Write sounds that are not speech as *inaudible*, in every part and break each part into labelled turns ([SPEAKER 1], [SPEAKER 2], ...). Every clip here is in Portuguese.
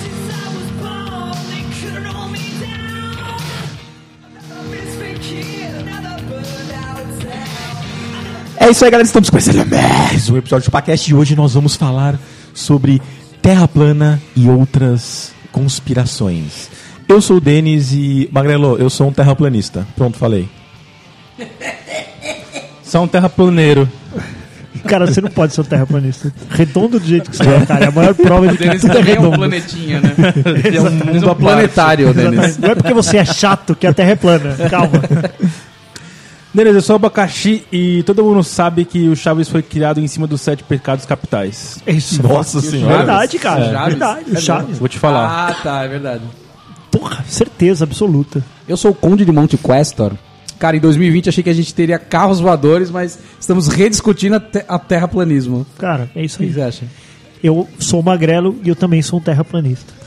[SPEAKER 1] Since I was born, they couldn't hold me down. Another misfit kid, another burned-out town.
[SPEAKER 2] É isso aí, galera. Estamos começando mais um episódio do Chupacast e hoje nós vamos falar sobre Terra plana e outras conspirações. Eu sou o Denis e. Magrelo, eu sou um terraplanista. Pronto, falei. Só um terraplaneiro.
[SPEAKER 3] Cara, você não pode ser um terraplanista. Redondo do jeito que você é, cara. É a maior prova de que
[SPEAKER 4] Denis
[SPEAKER 3] tudo é
[SPEAKER 4] também é um
[SPEAKER 3] redondo.
[SPEAKER 4] planetinha, né?
[SPEAKER 5] Ele é um mundo
[SPEAKER 4] Exato.
[SPEAKER 5] planetário, Denis.
[SPEAKER 3] Exatamente. Não é porque você é chato que a Terra é plana. Calma.
[SPEAKER 6] Beleza, eu sou o Abacaxi e todo mundo sabe que o Chaves foi criado em cima dos sete pecados capitais.
[SPEAKER 2] É
[SPEAKER 3] Isso.
[SPEAKER 2] Nossa senhora.
[SPEAKER 3] Verdade, cara.
[SPEAKER 4] Chaves?
[SPEAKER 3] Verdade. O Chaves.
[SPEAKER 6] Vou te falar.
[SPEAKER 4] Ah, tá, é verdade.
[SPEAKER 3] Porra, certeza absoluta.
[SPEAKER 5] Eu sou o Conde de Monte Questor. Cara, em 2020 achei que a gente teria carros voadores, mas estamos rediscutindo a, te a terraplanismo. O
[SPEAKER 3] Cara, é isso
[SPEAKER 5] que
[SPEAKER 3] aí.
[SPEAKER 5] vocês acham?
[SPEAKER 3] Eu sou magrelo e eu também sou um terraplanista. *laughs*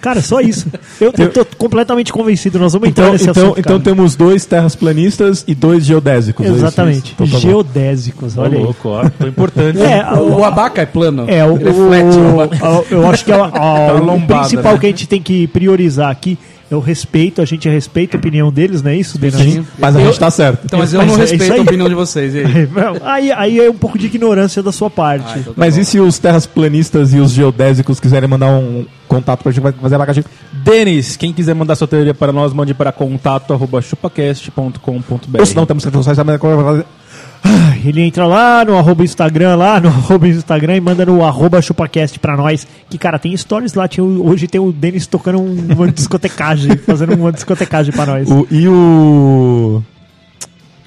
[SPEAKER 3] Cara, só isso. Eu, eu tô completamente convencido. Nós vamos entrar
[SPEAKER 6] Então,
[SPEAKER 2] é
[SPEAKER 3] nesse
[SPEAKER 6] então,
[SPEAKER 3] assunto.
[SPEAKER 6] então
[SPEAKER 3] cara.
[SPEAKER 6] temos dois terras planistas e dois geodésicos. é isso?
[SPEAKER 3] Exatamente.
[SPEAKER 6] Então tá bom.
[SPEAKER 3] Geodésicos,
[SPEAKER 6] Tô
[SPEAKER 3] olha aí.
[SPEAKER 6] louco, ó. Tô importante.
[SPEAKER 3] É, a-
[SPEAKER 5] O, o abaca é plano.
[SPEAKER 3] É, o,
[SPEAKER 5] Ele reflete
[SPEAKER 3] o-
[SPEAKER 5] o abaca.
[SPEAKER 3] a- eu acho que é a- a-
[SPEAKER 6] uma
[SPEAKER 3] o
[SPEAKER 6] lombada,
[SPEAKER 3] principal
[SPEAKER 6] né?
[SPEAKER 3] que a gente tem que priorizar aqui é o respeito, a gente respeita a opinião deles, não é isso, Denis?
[SPEAKER 6] Sim, mas a gente tá certo.
[SPEAKER 5] Então, mas eu não
[SPEAKER 3] Mas é isso
[SPEAKER 5] respeito
[SPEAKER 3] aí.
[SPEAKER 5] a opinião de vocês. E aí?
[SPEAKER 3] Não, Aí, aí é um pouco de ignorância da sua parte.
[SPEAKER 6] Mas e se os terrasplanistas e os geodésicos quiserem mandar um contato pra gente vai fazer abacaxi?
[SPEAKER 2] Denis, quem quiser mandar sua teoria para nós, mande para contato.chupacast.com.br.
[SPEAKER 6] Ou se não, temos redes sociais também.
[SPEAKER 3] Ai, Ele entra lá no arroba Instagram, lá no *laughs* arroba Instagram e manda no arroba chupacast pra nós. Que, cara, tem stories lá. Tinha, o- hoje tem o Denis tocando um- uma discotecagem, fazendo uma discotecagem pra nós.
[SPEAKER 6] *laughs* O- e o.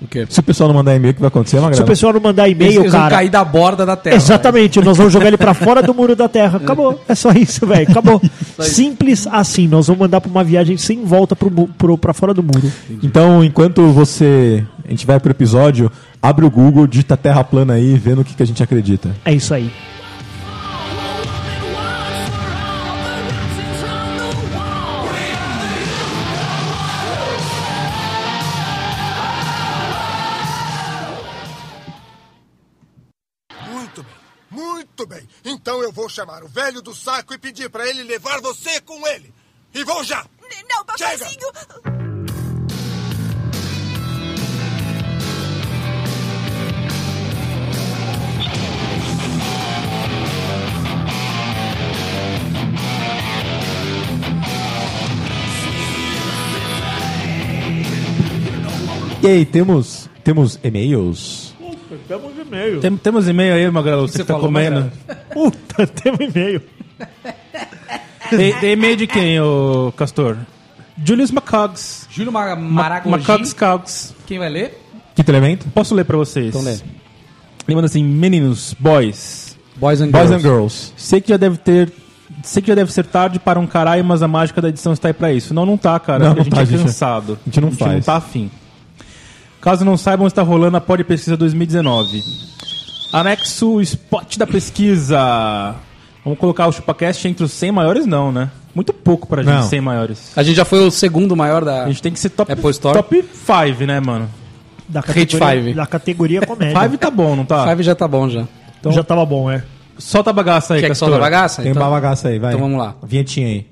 [SPEAKER 5] O quê?
[SPEAKER 6] Se o pessoal não mandar e-mail, o que vai acontecer, É
[SPEAKER 3] Se o
[SPEAKER 6] Magrela?
[SPEAKER 3] pessoal não mandar
[SPEAKER 5] Eles, um
[SPEAKER 3] e-mail,
[SPEAKER 5] eles vão
[SPEAKER 3] cara.
[SPEAKER 5] cair da borda da terra. né?
[SPEAKER 3] Exatamente, nós vamos jogar ele pra fora do muro da Terra. Acabou, é só isso, velho. Acabou. Simples assim, nós vamos mandar pra uma viagem sem volta pro, mu- pro, pra fora do muro.
[SPEAKER 6] Então, enquanto você. A gente vai pro episódio, abre o Google, digita Terra plana aí, vendo o que, que a gente acredita.
[SPEAKER 3] É isso aí.
[SPEAKER 1] All woman wants for all the writings on the wall.
[SPEAKER 7] Muito bem, muito bem. Então eu vou chamar o velho do saco e pedir pra ele levar você com ele. E vão já!
[SPEAKER 1] Não,
[SPEAKER 7] Chega!
[SPEAKER 1] papazinho!
[SPEAKER 6] E aí, temos. Temos e-mails?
[SPEAKER 3] Temos e-mail.
[SPEAKER 2] Tem- temos e-mail aí, Magrelo, você,
[SPEAKER 5] você
[SPEAKER 2] que tá
[SPEAKER 5] falou,
[SPEAKER 2] comendo.
[SPEAKER 3] Puta, *laughs* temos um e-mail.
[SPEAKER 2] Tem tem e-mail de quem, ô Castor? Julius Macogs.
[SPEAKER 5] Júlio Mar
[SPEAKER 2] Macogs
[SPEAKER 5] Maragogi.
[SPEAKER 2] Cogs.
[SPEAKER 5] Quem vai ler?
[SPEAKER 6] Quinto elemento?
[SPEAKER 2] Posso ler pra vocês?
[SPEAKER 5] Então lê.
[SPEAKER 2] Ele manda assim, meninos, boys,
[SPEAKER 5] Boys and Girls.
[SPEAKER 6] Boys and Girls.
[SPEAKER 2] sei que já deve ter... Sei que já deve ser tarde para um caralho, mas a mágica da edição está aí pra isso. Não, não tá, cara.
[SPEAKER 6] Não,
[SPEAKER 2] porque
[SPEAKER 6] não tá,
[SPEAKER 2] a gente
[SPEAKER 6] gente.
[SPEAKER 2] é cansado.
[SPEAKER 6] A gente não
[SPEAKER 2] A gente não
[SPEAKER 6] faz.
[SPEAKER 2] tá afim. Caso não saibam, está rolando a Pod Pesquisa 2019. Anexo Spot da Pesquisa. Vamos colocar o ChupaCast entre os 100 maiores? Não, né? Muito pouco pra gente,
[SPEAKER 6] Não.
[SPEAKER 2] 100 maiores.
[SPEAKER 5] A gente já foi o segundo maior da...
[SPEAKER 2] A gente tem que ser top
[SPEAKER 5] Apple Store.
[SPEAKER 2] top 5, né, mano?
[SPEAKER 3] Da
[SPEAKER 5] Hate
[SPEAKER 3] categoria,
[SPEAKER 5] Five.
[SPEAKER 3] da categoria
[SPEAKER 6] É.
[SPEAKER 3] comédia.
[SPEAKER 2] 5 tá bom, não tá?
[SPEAKER 5] Five já tá bom já.
[SPEAKER 3] Então, Já tava bom, é.
[SPEAKER 2] Solta a bagaça aí,
[SPEAKER 5] Quer que
[SPEAKER 2] Castor.
[SPEAKER 5] solta a bagaça?
[SPEAKER 6] Tem
[SPEAKER 5] Então-
[SPEAKER 6] babagaça aí, vai.
[SPEAKER 5] então vamos lá.
[SPEAKER 6] Vinhetinha aí.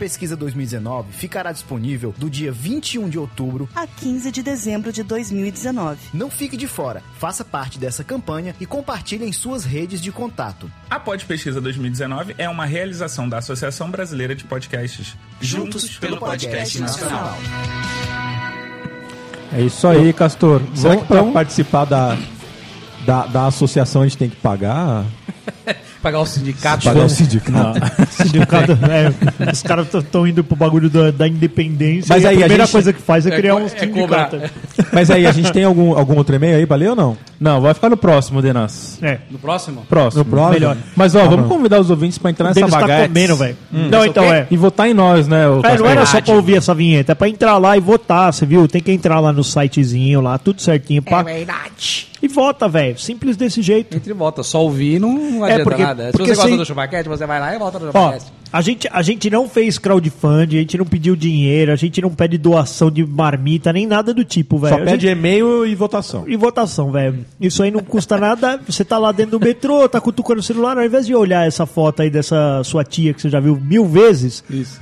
[SPEAKER 8] Pesquisa 2019 ficará disponível do dia 21 de outubro
[SPEAKER 9] a 15 de dezembro de 2019.
[SPEAKER 8] Não fique de fora, faça parte dessa campanha e compartilhe em suas redes de contato.
[SPEAKER 1] A Pod Pesquisa 2019 é uma realização da Associação Brasileira de Podcasts. Juntos, pelo podcast nacional.
[SPEAKER 2] É isso aí, Castor.
[SPEAKER 6] Será que
[SPEAKER 2] Vamos,
[SPEAKER 6] pra
[SPEAKER 2] então,
[SPEAKER 6] participar da, da, da associação a gente tem que pagar?
[SPEAKER 5] Pagar o sindicato.
[SPEAKER 6] Pagar É o né? sindicato?
[SPEAKER 3] Sindicato, *laughs* é, os caras estão indo pro bagulho da, da independência.
[SPEAKER 6] Mas
[SPEAKER 3] e
[SPEAKER 6] aí,
[SPEAKER 3] a
[SPEAKER 6] a
[SPEAKER 3] primeira
[SPEAKER 6] gente-
[SPEAKER 3] coisa que faz é
[SPEAKER 5] É
[SPEAKER 3] criar
[SPEAKER 5] co-
[SPEAKER 3] um
[SPEAKER 5] é
[SPEAKER 3] sindicato.
[SPEAKER 5] cobrar.
[SPEAKER 6] Mas aí, a gente tem algum, algum outro um e-mail aí pra ler ou não?
[SPEAKER 2] Não, vai ficar no próximo, Denas.
[SPEAKER 3] É.
[SPEAKER 5] No próximo?
[SPEAKER 2] Próximo.
[SPEAKER 6] No próximo? Ah,
[SPEAKER 2] Melhor. Mas, ó, vamos
[SPEAKER 6] bom.
[SPEAKER 2] convidar os ouvintes pra entrar
[SPEAKER 3] O
[SPEAKER 2] nessa
[SPEAKER 3] Denis tá
[SPEAKER 2] bagaça.
[SPEAKER 3] comendo, velho. não, então é.
[SPEAKER 2] E votar em nós, né, ô
[SPEAKER 3] É,
[SPEAKER 2] Castor?
[SPEAKER 3] não era só pra ouvir essa vinheta, é pra entrar lá e votar, você viu? Tem que entrar lá no sitezinho, lá, tudo certinho. Pá. E vota, velho. Simples desse jeito.
[SPEAKER 5] Entre e volta. Só ouvir não, não
[SPEAKER 3] É,
[SPEAKER 5] adianta
[SPEAKER 3] porque-
[SPEAKER 5] nada. Se
[SPEAKER 3] porque
[SPEAKER 5] você gosta
[SPEAKER 3] se-
[SPEAKER 5] do Chupaquete, você vai lá e volta no
[SPEAKER 3] Ó,
[SPEAKER 5] Chupaquete.
[SPEAKER 3] a gente, a gente não fez crowdfunding, a gente não pediu dinheiro, a gente não pede doação de marmita, nem nada do tipo, velho.
[SPEAKER 6] Só
[SPEAKER 3] A
[SPEAKER 6] pede
[SPEAKER 3] gente-
[SPEAKER 6] e-mail e votação.
[SPEAKER 3] E votação, velho. Isso aí não custa nada. Você tá lá dentro do metrô, tá cutucando o celular, ao invés de olhar essa foto aí dessa sua tia que você já viu mil vezes,
[SPEAKER 5] Isso.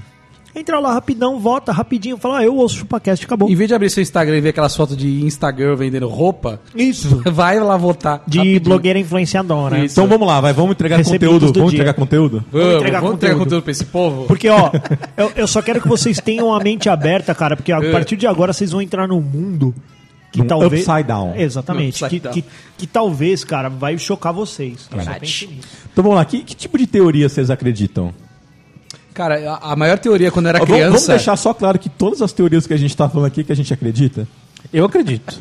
[SPEAKER 3] entra lá rapidão, vota rapidinho, fala, ah, eu ouço o chupacast, acabou.
[SPEAKER 5] Em vez de abrir seu Instagram e ver aquelas fotos de Instagram vendendo roupa, *laughs*
[SPEAKER 3] Isso.
[SPEAKER 5] vai lá votar.
[SPEAKER 3] De
[SPEAKER 5] rapidinho.
[SPEAKER 3] blogueira influenciadora. né?
[SPEAKER 5] Isso.
[SPEAKER 6] Então vamos lá, vai, vamos entregar
[SPEAKER 3] Recebidos
[SPEAKER 6] conteúdo.
[SPEAKER 3] do
[SPEAKER 6] Vamos
[SPEAKER 3] dia.
[SPEAKER 6] entregar conteúdo?
[SPEAKER 5] Vamos, vamos
[SPEAKER 3] entregar
[SPEAKER 5] entregar,
[SPEAKER 3] conteúdo.
[SPEAKER 5] conteúdo pra esse povo?
[SPEAKER 3] Porque, ó, eu, eu só quero que vocês tenham a mente aberta, cara, porque a
[SPEAKER 5] É.
[SPEAKER 3] partir de agora vocês vão entrar num mundo que
[SPEAKER 6] Num
[SPEAKER 3] talvez.
[SPEAKER 6] upside down.
[SPEAKER 3] Exatamente.
[SPEAKER 5] Upside
[SPEAKER 3] que,
[SPEAKER 5] down.
[SPEAKER 3] Que, que talvez, cara, vai chocar vocês. Verdade.
[SPEAKER 6] Então vamos lá, que, que tipo de teoria vocês acreditam?
[SPEAKER 5] Cara, a, a maior teoria quando eu era
[SPEAKER 6] Ó, vamos-
[SPEAKER 5] criança.
[SPEAKER 6] Vamos deixar só claro que todas as teorias que a gente tá falando aqui que a gente acredita.
[SPEAKER 2] Eu acredito.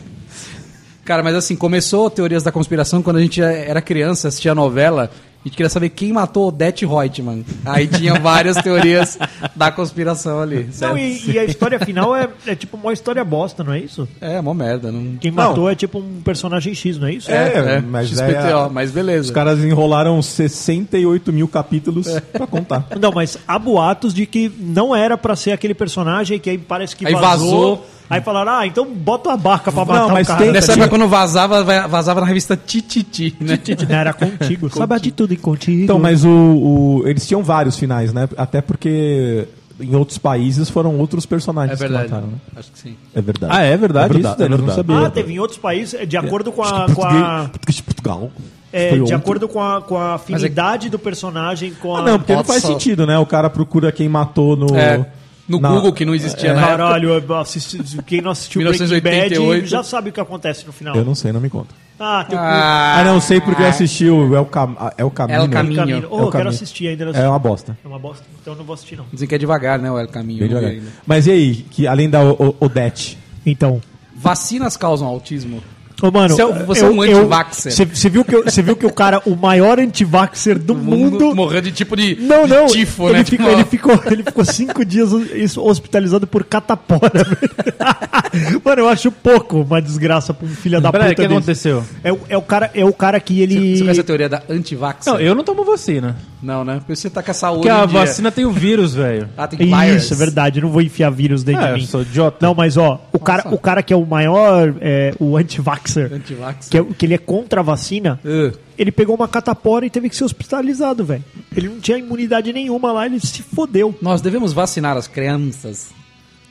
[SPEAKER 5] Cara, mas assim, começou teorias da conspiração quando a gente é, era criança, assistia novela. A gente queria saber quem matou Odete Reutemann. Aí tinha várias
[SPEAKER 3] *laughs*
[SPEAKER 5] teorias da conspiração ali. certo?
[SPEAKER 3] Não, e, e a história final é, é tipo uma história bosta, não é isso?
[SPEAKER 5] É, mó merda. Não...
[SPEAKER 3] Quem
[SPEAKER 6] Não.
[SPEAKER 3] matou é tipo um personagem X, não é isso?
[SPEAKER 6] É,
[SPEAKER 5] XPTO,
[SPEAKER 6] a-
[SPEAKER 5] mas beleza.
[SPEAKER 6] Os caras enrolaram 68 mil capítulos
[SPEAKER 5] É.
[SPEAKER 6] pra contar.
[SPEAKER 3] Não, mas há boatos de que não era pra ser aquele personagem que aí parece que
[SPEAKER 5] Aí
[SPEAKER 3] vazou.
[SPEAKER 5] vazou.
[SPEAKER 3] Aí falaram, ah, então bota a barca pra matar
[SPEAKER 6] mas
[SPEAKER 3] o cara. tá
[SPEAKER 6] tem-
[SPEAKER 5] Nessa
[SPEAKER 6] tinha-
[SPEAKER 5] época, quando vazava, vai- vazava na revista Tititi, né?
[SPEAKER 3] Não, Era contigo. Sabe de tudo em contigo.
[SPEAKER 6] Então, mas o, o- eles tinham vários finais, né? Até porque em outros países foram outros personagens
[SPEAKER 5] É
[SPEAKER 6] que
[SPEAKER 5] verdade.
[SPEAKER 6] mataram. né?
[SPEAKER 5] Acho que sim.
[SPEAKER 6] É verdade.
[SPEAKER 2] Ah, é verdade
[SPEAKER 6] É
[SPEAKER 2] isso, Dani, eu não sabia.
[SPEAKER 3] Ah, teve em outros países, de acordo com a. Com a
[SPEAKER 6] Português de Portugal.
[SPEAKER 3] Ah, é,
[SPEAKER 6] Foi
[SPEAKER 3] de
[SPEAKER 6] ontem.
[SPEAKER 3] acordo com a, com a afinidade do personagem, com a. é,
[SPEAKER 6] Ah, não, porque não
[SPEAKER 5] Nossa.
[SPEAKER 6] faz sentido, né? O cara procura quem matou no.
[SPEAKER 5] É, no
[SPEAKER 6] na-
[SPEAKER 5] Google, que não
[SPEAKER 3] é,
[SPEAKER 5] existia na época.
[SPEAKER 3] Caralho, eu assisti- quem não assistiu Breaking Bad
[SPEAKER 5] 1988.
[SPEAKER 3] já sabe o que acontece no final.
[SPEAKER 6] Eu não sei, não me conta.
[SPEAKER 3] Ah, teu
[SPEAKER 6] Ah, não sei porque eu assisti o El, Cam... El Camino.
[SPEAKER 5] El
[SPEAKER 3] cu,
[SPEAKER 5] Caminho.
[SPEAKER 3] caminho.
[SPEAKER 5] é
[SPEAKER 3] Oh, eu
[SPEAKER 6] o
[SPEAKER 3] quero
[SPEAKER 6] caminho.
[SPEAKER 3] assistir ainda. não
[SPEAKER 6] É
[SPEAKER 3] assisti.
[SPEAKER 6] uma bosta.
[SPEAKER 3] É uma bosta, então eu não vou assistir, não.
[SPEAKER 5] Dizem que é devagar, né? O El Caminho.
[SPEAKER 6] Bem
[SPEAKER 5] não vi
[SPEAKER 6] devagar.
[SPEAKER 5] ainda.
[SPEAKER 6] Mas e aí, que além da O- O- Odete?
[SPEAKER 3] Então.
[SPEAKER 5] Vacinas causam autismo?
[SPEAKER 3] Ô, mano,
[SPEAKER 5] Você é um- você é um anti-vaxxer.
[SPEAKER 3] Você viu, que eu- você viu que o cara, o maior antivaxer do mundo,
[SPEAKER 5] Morrendo de tipo de,
[SPEAKER 3] Não,
[SPEAKER 5] de
[SPEAKER 3] não.
[SPEAKER 5] tifo,
[SPEAKER 3] ele,
[SPEAKER 5] né?
[SPEAKER 3] ficou,
[SPEAKER 5] Tipo,
[SPEAKER 3] ele,
[SPEAKER 5] ó,
[SPEAKER 3] ficou, ele ficou cinco dias hos- hospitalizado por catapora. *laughs* velho. Mano, eu acho pouco uma desgraça pra um filho da
[SPEAKER 2] Peraí,
[SPEAKER 3] puta.
[SPEAKER 2] o que
[SPEAKER 3] desse.
[SPEAKER 2] aconteceu?
[SPEAKER 3] É, o- é o cara, é o cara que ele.
[SPEAKER 5] Você conhece a teoria da antivax?
[SPEAKER 2] Não, eu não tomo vacina.
[SPEAKER 5] Não, né? Porque você tá com a saúde.
[SPEAKER 2] Porque a
[SPEAKER 5] em dia.
[SPEAKER 2] vacina tem o vírus,
[SPEAKER 3] *laughs*
[SPEAKER 2] velho.
[SPEAKER 5] Ah, tem virus.
[SPEAKER 3] Isso, é verdade. Eu não vou enfiar vírus dentro
[SPEAKER 2] É,
[SPEAKER 3] de mim.
[SPEAKER 2] eu sou idiota.
[SPEAKER 3] Não, mas ó, o cara, o cara que é o maior, é, o antivaxer,
[SPEAKER 5] Antivaxer.
[SPEAKER 3] que, é, o- que ele é contra a vacina,
[SPEAKER 5] Ah.
[SPEAKER 3] ele pegou uma catapora e teve que ser hospitalizado, velho. Ele não tinha imunidade nenhuma lá, ele se fodeu
[SPEAKER 5] Nós devemos vacinar as crianças.